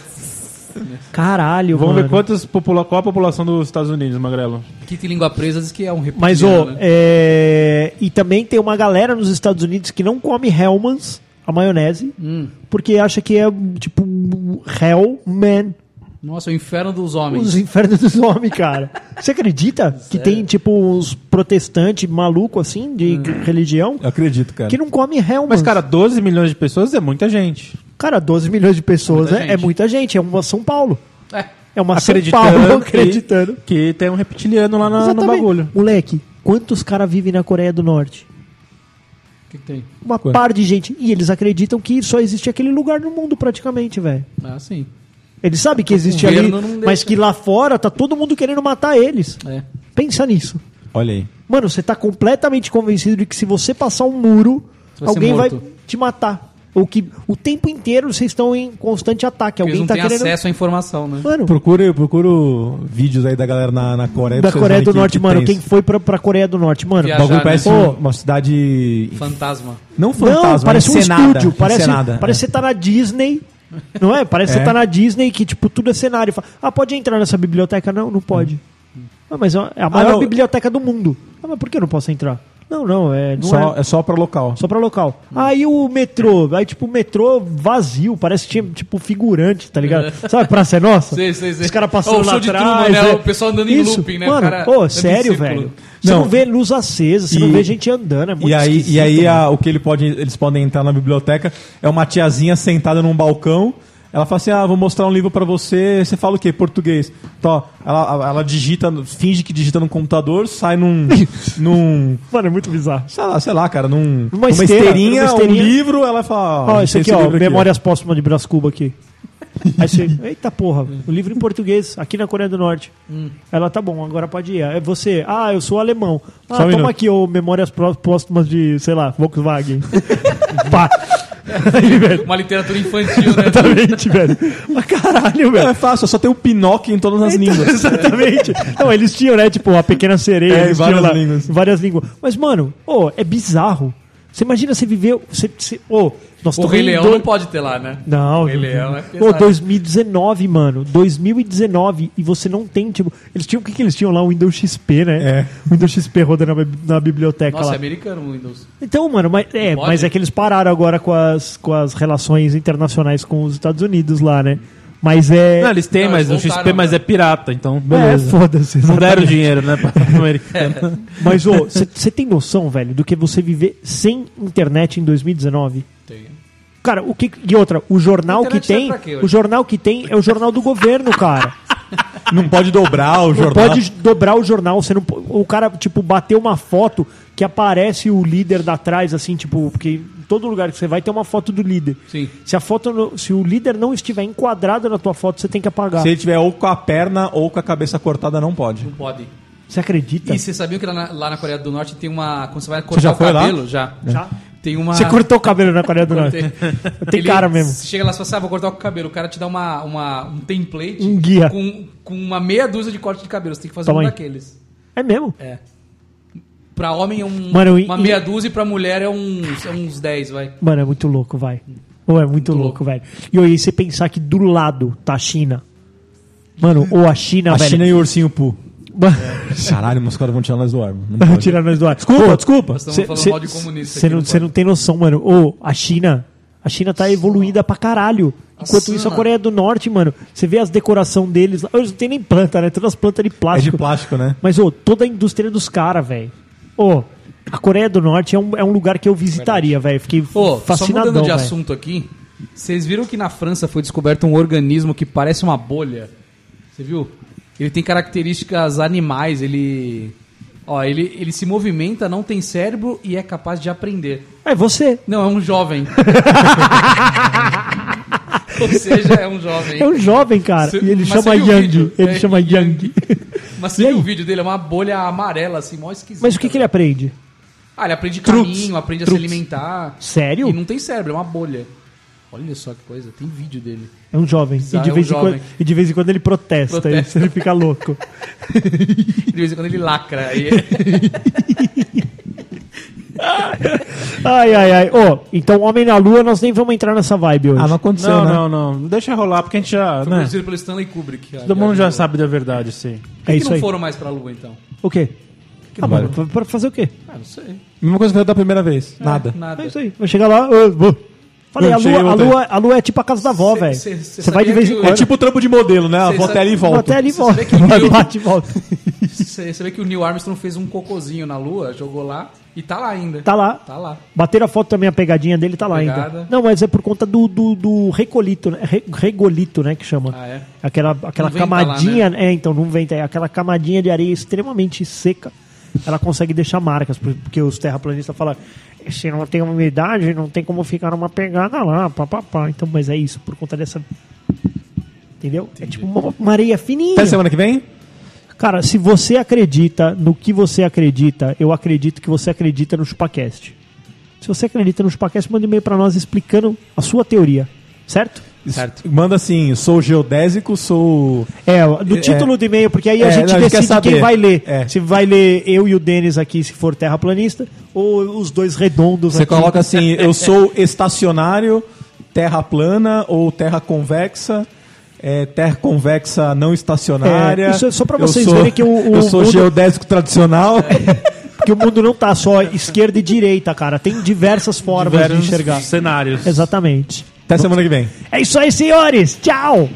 [SPEAKER 3] Caralho,
[SPEAKER 2] Vamos
[SPEAKER 3] mano.
[SPEAKER 2] ver quantas popula- qual a população dos Estados Unidos, Magrelo.
[SPEAKER 5] que tem língua presa diz que é um reptiliano.
[SPEAKER 3] Mas, ô,
[SPEAKER 5] né?
[SPEAKER 3] é, e também tem uma galera nos Estados Unidos que não come Hellmann's, a maionese,
[SPEAKER 2] Hum.
[SPEAKER 3] porque acha que é, tipo, Hellman,
[SPEAKER 5] Nossa, o inferno dos homens.
[SPEAKER 3] os infernos dos homens,
[SPEAKER 2] *laughs*
[SPEAKER 3] cara. Você acredita que tem, tipo, uns protestantes malucos, assim, de religião,
[SPEAKER 6] Eu acredito, cara.
[SPEAKER 3] que não come Hellmann's?
[SPEAKER 2] Hum. É. Mas, cara, 12 milhões de pessoas é muita gente.
[SPEAKER 3] Cara, 12 milhões de pessoas
[SPEAKER 5] Muita
[SPEAKER 3] é,
[SPEAKER 5] gente.
[SPEAKER 3] é muita gente, é uma São Paulo.
[SPEAKER 5] É.
[SPEAKER 3] É uma São
[SPEAKER 2] Acreditando,
[SPEAKER 3] Paulo
[SPEAKER 2] que-
[SPEAKER 3] acreditando.
[SPEAKER 2] Que, tem um reptiliano lá na- no
[SPEAKER 3] Exatamente.
[SPEAKER 2] bagulho.
[SPEAKER 3] Moleque, quantos caras vivem na Coreia do Norte?
[SPEAKER 5] O que, que tem?
[SPEAKER 3] Uma par de gente. E eles acreditam que só existe aquele lugar no mundo, praticamente, velho.
[SPEAKER 5] Ah, sim.
[SPEAKER 3] Eles sabem que existe ali,
[SPEAKER 5] governo não
[SPEAKER 3] mas
[SPEAKER 5] deixa.
[SPEAKER 3] que lá fora tá todo mundo querendo matar eles.
[SPEAKER 5] É.
[SPEAKER 3] Pensa nisso.
[SPEAKER 6] Olha aí.
[SPEAKER 3] Mano, você tá completamente convencido de que se você passar um muro,
[SPEAKER 5] Você vai ser
[SPEAKER 3] alguém vai
[SPEAKER 5] morto.
[SPEAKER 3] te matar. Ou que o tempo inteiro vocês estão em constante ataque.
[SPEAKER 5] Porque
[SPEAKER 3] Alguém
[SPEAKER 5] eles não
[SPEAKER 3] tá
[SPEAKER 5] têm
[SPEAKER 3] querendo.
[SPEAKER 5] acesso à informação, né?
[SPEAKER 3] Mano,
[SPEAKER 6] Procura, procura vídeos aí da galera na, na Coreia.
[SPEAKER 3] da
[SPEAKER 6] pra vocês
[SPEAKER 3] Coreia
[SPEAKER 6] verem
[SPEAKER 3] do
[SPEAKER 6] que-
[SPEAKER 3] Norte,
[SPEAKER 6] que
[SPEAKER 3] mano.
[SPEAKER 6] tem
[SPEAKER 3] Quem foi pra, pra Coreia do Norte, mano?
[SPEAKER 6] O
[SPEAKER 5] Viajar,
[SPEAKER 6] bagulho
[SPEAKER 5] né?
[SPEAKER 6] parece
[SPEAKER 5] Pô.
[SPEAKER 6] um- uma cidade.
[SPEAKER 5] Fantasma.
[SPEAKER 6] Não fantasma,
[SPEAKER 3] Não, parece um
[SPEAKER 6] encenada,
[SPEAKER 3] estúdio. Parece,
[SPEAKER 6] encenada,
[SPEAKER 3] parece que
[SPEAKER 6] é.
[SPEAKER 3] você tá na Disney. Não é? Parece que
[SPEAKER 6] É.
[SPEAKER 3] você tá na Disney que, tipo, tudo é cenário. Fala, Ah, pode entrar nessa biblioteca? Não, não pode. Ah, mas é a maior
[SPEAKER 6] não.
[SPEAKER 3] biblioteca do mundo. Ah, mas por que eu não posso entrar? Não, não, é. Não
[SPEAKER 6] Só,
[SPEAKER 3] é.
[SPEAKER 6] é só pra local.
[SPEAKER 3] Só pra local. Aí o metrô, aí tipo o metrô vazio, parece que tinha tipo figurante, tá ligado? Sabe, Praça é Nossa?
[SPEAKER 5] Sei, sei, sei.
[SPEAKER 3] Os caras passando
[SPEAKER 5] Ó, o
[SPEAKER 3] lá
[SPEAKER 5] show de
[SPEAKER 3] atrás.
[SPEAKER 5] Truman, né?
[SPEAKER 3] é.
[SPEAKER 5] O pessoal andando em
[SPEAKER 3] Isso.
[SPEAKER 5] looping, né? O
[SPEAKER 3] Mano,
[SPEAKER 5] cara
[SPEAKER 3] pô,
[SPEAKER 5] anda em
[SPEAKER 3] sério,
[SPEAKER 5] círculo.
[SPEAKER 3] velho. Você não,
[SPEAKER 6] Não.
[SPEAKER 3] vê luz acesa, você
[SPEAKER 6] E-
[SPEAKER 3] não vê gente andando, é muito
[SPEAKER 6] E aí, e
[SPEAKER 3] esquisito, né?
[SPEAKER 6] aí
[SPEAKER 3] mano.
[SPEAKER 6] a- o que ele pode, eles podem entrar na biblioteca é uma tiazinha sentada num balcão. Ela fala assim: Ah, vou mostrar um livro pra você. Você fala o quê? Português. Tó, ela, ela digita, finge que digita no computador,
[SPEAKER 3] *laughs*
[SPEAKER 6] sai num. num
[SPEAKER 3] Mano, é muito bizarro.
[SPEAKER 6] sei, lá, sei lá, cara, num.
[SPEAKER 3] Numa
[SPEAKER 6] numa
[SPEAKER 3] esteira,
[SPEAKER 6] esteirinha,
[SPEAKER 3] numa esteirinha.
[SPEAKER 6] um livro. Ela fala:
[SPEAKER 3] Ó,
[SPEAKER 6] tem
[SPEAKER 3] isso
[SPEAKER 6] esse
[SPEAKER 3] aqui, ó,
[SPEAKER 6] livro
[SPEAKER 3] Memórias Póstumas de Brás Cuba
[SPEAKER 6] *laughs*
[SPEAKER 3] aqui. Aí você, eita porra, o livro em português, aqui na Coreia do Norte.
[SPEAKER 6] Hum.
[SPEAKER 3] Ela, tá bom, agora pode ir. É você, ah, eu sou alemão. Ah,
[SPEAKER 6] Só um
[SPEAKER 3] toma
[SPEAKER 6] minuto.
[SPEAKER 3] aqui, ô, Memórias Pró- Póstumas de, sei lá,
[SPEAKER 6] *laughs*
[SPEAKER 3] Volkswagen. Pá. Aí, velho,
[SPEAKER 5] *laughs* Uma literatura infantil, né?
[SPEAKER 3] exatamente, velho. Mas caralho,
[SPEAKER 6] Não, *laughs*
[SPEAKER 3] velho.
[SPEAKER 6] é fácil, só tem o Pinóquio em todas as
[SPEAKER 3] *laughs*
[SPEAKER 6] línguas.
[SPEAKER 3] Exatamente. Não, eles tinham, né? Tipo, a pequena sereia.
[SPEAKER 6] É,
[SPEAKER 3] eles
[SPEAKER 6] várias
[SPEAKER 3] tinham lá
[SPEAKER 6] línguas.
[SPEAKER 3] Várias línguas. Mas, mano, ô, é bizarro. Você imagina você viveu. Você, você, ô, nós
[SPEAKER 5] O
[SPEAKER 3] estamos
[SPEAKER 5] Rei
[SPEAKER 3] em
[SPEAKER 5] Leão
[SPEAKER 3] dois-
[SPEAKER 5] não pode ter lá, né?
[SPEAKER 3] Não,
[SPEAKER 5] Rei Leão é
[SPEAKER 3] Ô,
[SPEAKER 5] pesado.
[SPEAKER 3] 2019, mano. 2019 e você não tem, tipo. Eles tinham. O que, que eles tinham lá? O Windows XP, né? O Windows XP rodando na, bi- na biblioteca
[SPEAKER 5] Nossa, é
[SPEAKER 3] lá.
[SPEAKER 5] americano o Windows.
[SPEAKER 3] Então, mano, mas é,
[SPEAKER 5] Pode?
[SPEAKER 3] mas é que eles pararam agora com as, com as relações internacionais com os Estados Unidos lá, né? Mas é.
[SPEAKER 2] Não, eles têm,
[SPEAKER 5] Não,
[SPEAKER 2] mas
[SPEAKER 5] eles
[SPEAKER 2] o XP,
[SPEAKER 5] voltaram,
[SPEAKER 2] mas
[SPEAKER 5] né?
[SPEAKER 2] é pirata, então
[SPEAKER 3] é,
[SPEAKER 2] beleza.
[SPEAKER 3] foda-se.
[SPEAKER 2] não deram
[SPEAKER 3] exatamente.
[SPEAKER 2] dinheiro, né, pra pra americano.
[SPEAKER 3] Mas, ô, você tem noção, velho, do que você viver sem internet em 2019?
[SPEAKER 5] Tem.
[SPEAKER 3] Cara, o que. E outra, o jornal que
[SPEAKER 5] Internet serve
[SPEAKER 3] tem.
[SPEAKER 5] pra quê hoje?
[SPEAKER 3] O jornal que tem é o jornal do governo, cara.
[SPEAKER 6] Não pode dobrar o
[SPEAKER 3] Não
[SPEAKER 6] jornal.
[SPEAKER 3] pode dobrar o jornal, você não po- o cara tipo bateu uma foto que aparece o líder da trás assim, tipo, porque em todo lugar que você vai tem uma foto do líder.
[SPEAKER 5] Sim.
[SPEAKER 3] Se a foto não- se o líder não estiver enquadrado na tua foto, você tem que apagar.
[SPEAKER 6] Se ele tiver ou com a perna ou com a cabeça cortada, não pode.
[SPEAKER 5] Não pode.
[SPEAKER 3] Você acredita?
[SPEAKER 5] E você sabia que lá na, lá na Coreia do Norte tem uma. Quando você vai cortar
[SPEAKER 6] Você já
[SPEAKER 5] o
[SPEAKER 6] foi lá?
[SPEAKER 5] cabelo, já.
[SPEAKER 3] Já?
[SPEAKER 5] Tem uma.
[SPEAKER 3] Você cortou o cabelo na Coreia do Norte. Tem
[SPEAKER 5] Ah. Ele
[SPEAKER 3] cara mesmo.
[SPEAKER 5] Chega lá e fala assim: ah, vou cortar o cabelo. O cara te dá uma, uma, um template.
[SPEAKER 3] Um guia. Tá
[SPEAKER 5] Com, com uma meia dúzia de corte de cabelo. Você tem que fazer
[SPEAKER 3] Toma
[SPEAKER 5] um
[SPEAKER 3] aí.
[SPEAKER 5] daqueles.
[SPEAKER 3] É mesmo?
[SPEAKER 5] É. Pra homem é um,
[SPEAKER 3] Mano, e-
[SPEAKER 5] uma
[SPEAKER 3] e-
[SPEAKER 5] meia dúzia e pra mulher é uns, é uns 10, vai.
[SPEAKER 3] Mano, é muito louco, vai. Ou é muito, louco,
[SPEAKER 5] louco.
[SPEAKER 3] velho. E aí você pensar que do lado tá a China. Mano, ou a China,
[SPEAKER 6] A
[SPEAKER 3] velho.
[SPEAKER 6] China é- e o ursinho Poo.
[SPEAKER 3] *laughs* Mano,
[SPEAKER 6] Caralho, meus caras vão tirar nós do ar. Não
[SPEAKER 3] Vou
[SPEAKER 6] pode.
[SPEAKER 3] tirar nós do ar. Desculpa, desculpa.
[SPEAKER 5] estamos falando mal de comunista
[SPEAKER 3] Você
[SPEAKER 5] aqui,
[SPEAKER 3] não,
[SPEAKER 5] não
[SPEAKER 3] cê não tem noção, mano. Ô, a China. A China tá evoluída pra caralho. Enquanto
[SPEAKER 5] Nossa.
[SPEAKER 3] isso, a Coreia do Norte, mano, você vê as decoração deles. lá. Eles não tem nem planta, né? Todas as plantas de
[SPEAKER 6] É de
[SPEAKER 3] plástico.
[SPEAKER 6] plástico, né?
[SPEAKER 3] Mas, ô, toda a indústria dos caras, velho. Ô, a Coreia do Norte é um, é um lugar que eu visitaria, velho. Fiquei
[SPEAKER 5] Ô, só mudando
[SPEAKER 3] fascinadão,
[SPEAKER 5] de
[SPEAKER 3] velho.
[SPEAKER 5] assunto aqui, vocês viram que na França foi descoberto um organismo que parece uma bolha? Você viu? Ele tem características animais, ele. Ó, ele, ele se movimenta, não tem cérebro e é capaz de aprender.
[SPEAKER 3] É você.
[SPEAKER 5] Não, é um jovem. *laughs* Ou seja, é um jovem.
[SPEAKER 3] É um jovem, cara.
[SPEAKER 5] Cê-
[SPEAKER 3] E ele
[SPEAKER 5] mas
[SPEAKER 3] chama
[SPEAKER 5] você viu o
[SPEAKER 3] Yang.
[SPEAKER 5] vídeo?
[SPEAKER 3] Ele
[SPEAKER 5] É,
[SPEAKER 3] chama Yang. *laughs*
[SPEAKER 5] Yang. Mas você
[SPEAKER 3] E
[SPEAKER 5] viu
[SPEAKER 3] aí?
[SPEAKER 5] o vídeo dele? É uma bolha amarela, assim, mó esquisita.
[SPEAKER 3] Mas o que, que ele aprende?
[SPEAKER 5] Ah, ele aprende
[SPEAKER 3] Truques.
[SPEAKER 5] caminho, aprende a
[SPEAKER 3] Truques.
[SPEAKER 5] se alimentar.
[SPEAKER 3] Sério?
[SPEAKER 5] E não tem cérebro, é uma bolha. Olha só que coisa, tem vídeo dele.
[SPEAKER 3] É um jovem. E
[SPEAKER 5] Ah,
[SPEAKER 3] de,
[SPEAKER 5] é um
[SPEAKER 3] vez em
[SPEAKER 5] jovem.
[SPEAKER 3] quando, e de vez em quando ele protesta.
[SPEAKER 5] Protesta.
[SPEAKER 3] Ele, ele fica
[SPEAKER 5] *laughs*
[SPEAKER 3] louco.
[SPEAKER 5] De vez em quando ele lacra. aí- é
[SPEAKER 3] *laughs* Ai, ai, ai. Ô, então Homem na Lua, nós nem vamos entrar nessa vibe hoje. É
[SPEAKER 6] Ah, não aconteceu,
[SPEAKER 2] Não,
[SPEAKER 6] né?
[SPEAKER 2] não, não. Deixa rolar, porque a gente já.
[SPEAKER 5] Foi
[SPEAKER 2] Né,
[SPEAKER 5] produzido pelo Stanley Kubrick.
[SPEAKER 2] todo mundo já sabe da verdade, sim.
[SPEAKER 5] Por
[SPEAKER 3] é
[SPEAKER 5] que
[SPEAKER 3] isso
[SPEAKER 5] não
[SPEAKER 3] aí.
[SPEAKER 5] foram mais pra lua, então?
[SPEAKER 3] O quê? Ah, mano, pra, pra fazer o quê?
[SPEAKER 5] Ah, não sei.
[SPEAKER 6] Mesma coisa que eu da primeira vez. Nada.
[SPEAKER 5] Nada.
[SPEAKER 3] É isso aí. Vou chegar lá. eu vou. Falei,
[SPEAKER 6] Eu
[SPEAKER 3] a lua,
[SPEAKER 6] cheguei
[SPEAKER 3] a,
[SPEAKER 6] ontem.
[SPEAKER 3] lua, a lua é tipo a casa da avó,
[SPEAKER 5] Cê-
[SPEAKER 3] velho.
[SPEAKER 5] cê- cê
[SPEAKER 3] Você vai de
[SPEAKER 5] sabia
[SPEAKER 3] vez em
[SPEAKER 5] que o-
[SPEAKER 3] quando.
[SPEAKER 6] É tipo o trampo de modelo, né? Vou
[SPEAKER 5] Vocês
[SPEAKER 6] até ali e
[SPEAKER 3] Vou
[SPEAKER 6] volto.
[SPEAKER 3] até ali e
[SPEAKER 5] Cê sabia
[SPEAKER 3] volta.
[SPEAKER 5] que o-
[SPEAKER 3] Bate e volta.
[SPEAKER 5] Você você vê que o Neil Armstrong fez um cocôzinho na lua, jogou lá e tá lá ainda.
[SPEAKER 3] Tá lá.
[SPEAKER 5] Tá lá.
[SPEAKER 3] Bateram a foto também, a pegadinha dele tá lá ainda.
[SPEAKER 5] Pegada.
[SPEAKER 3] Não, mas é por conta do, do, do recolito, né? Re- regolito, né? Que chama.
[SPEAKER 5] Ah, é?
[SPEAKER 3] Aquela, aquela
[SPEAKER 5] Não venta
[SPEAKER 3] camadinha. É, então, não venta. É aquela camadinha de areia extremamente seca. Ela consegue deixar marcas, por- porque os terraplanistas falam: se não tem umidade, não tem como ficar uma pegada lá, papapá. Então, mas é isso, por conta dessa. Entendeu? É tipo uma, uma areia fininha.
[SPEAKER 5] Então,
[SPEAKER 6] Até semana que vem?
[SPEAKER 3] Cara, se você acredita no que você acredita, eu acredito que você acredita no ChupaCast. Se você acredita no ChupaCast, manda um e-mail pra nós explicando a sua teoria, certo?
[SPEAKER 6] Certo. Manda assim, sou geodésico, sou...
[SPEAKER 3] É, do
[SPEAKER 6] É.
[SPEAKER 3] título do e-mail, porque aí a
[SPEAKER 6] É,
[SPEAKER 3] gente
[SPEAKER 6] não, a gente
[SPEAKER 3] decide
[SPEAKER 6] quer saber.
[SPEAKER 3] quem vai ler.
[SPEAKER 6] É.
[SPEAKER 3] Se vai ler eu e o Denis aqui, se for terraplanista, ou os dois redondos
[SPEAKER 6] Você
[SPEAKER 3] aqui.
[SPEAKER 6] coloca assim,
[SPEAKER 3] *laughs*
[SPEAKER 6] eu sou estacionário, terra plana ou terra convexa, é, terra convexa não estacionária.
[SPEAKER 3] É, isso é só pra
[SPEAKER 6] Eu
[SPEAKER 3] vocês
[SPEAKER 6] sou-
[SPEAKER 3] verem que o- o
[SPEAKER 6] Eu sou
[SPEAKER 3] mundo-
[SPEAKER 6] geodésico tradicional.
[SPEAKER 3] Porque o mundo não tá só esquerda e direita, cara. Tem diversas formas de
[SPEAKER 2] Vários
[SPEAKER 3] enxergar.
[SPEAKER 2] cenários.
[SPEAKER 3] Exatamente.
[SPEAKER 6] Até semana que vem.
[SPEAKER 3] É isso aí, senhores. Tchau!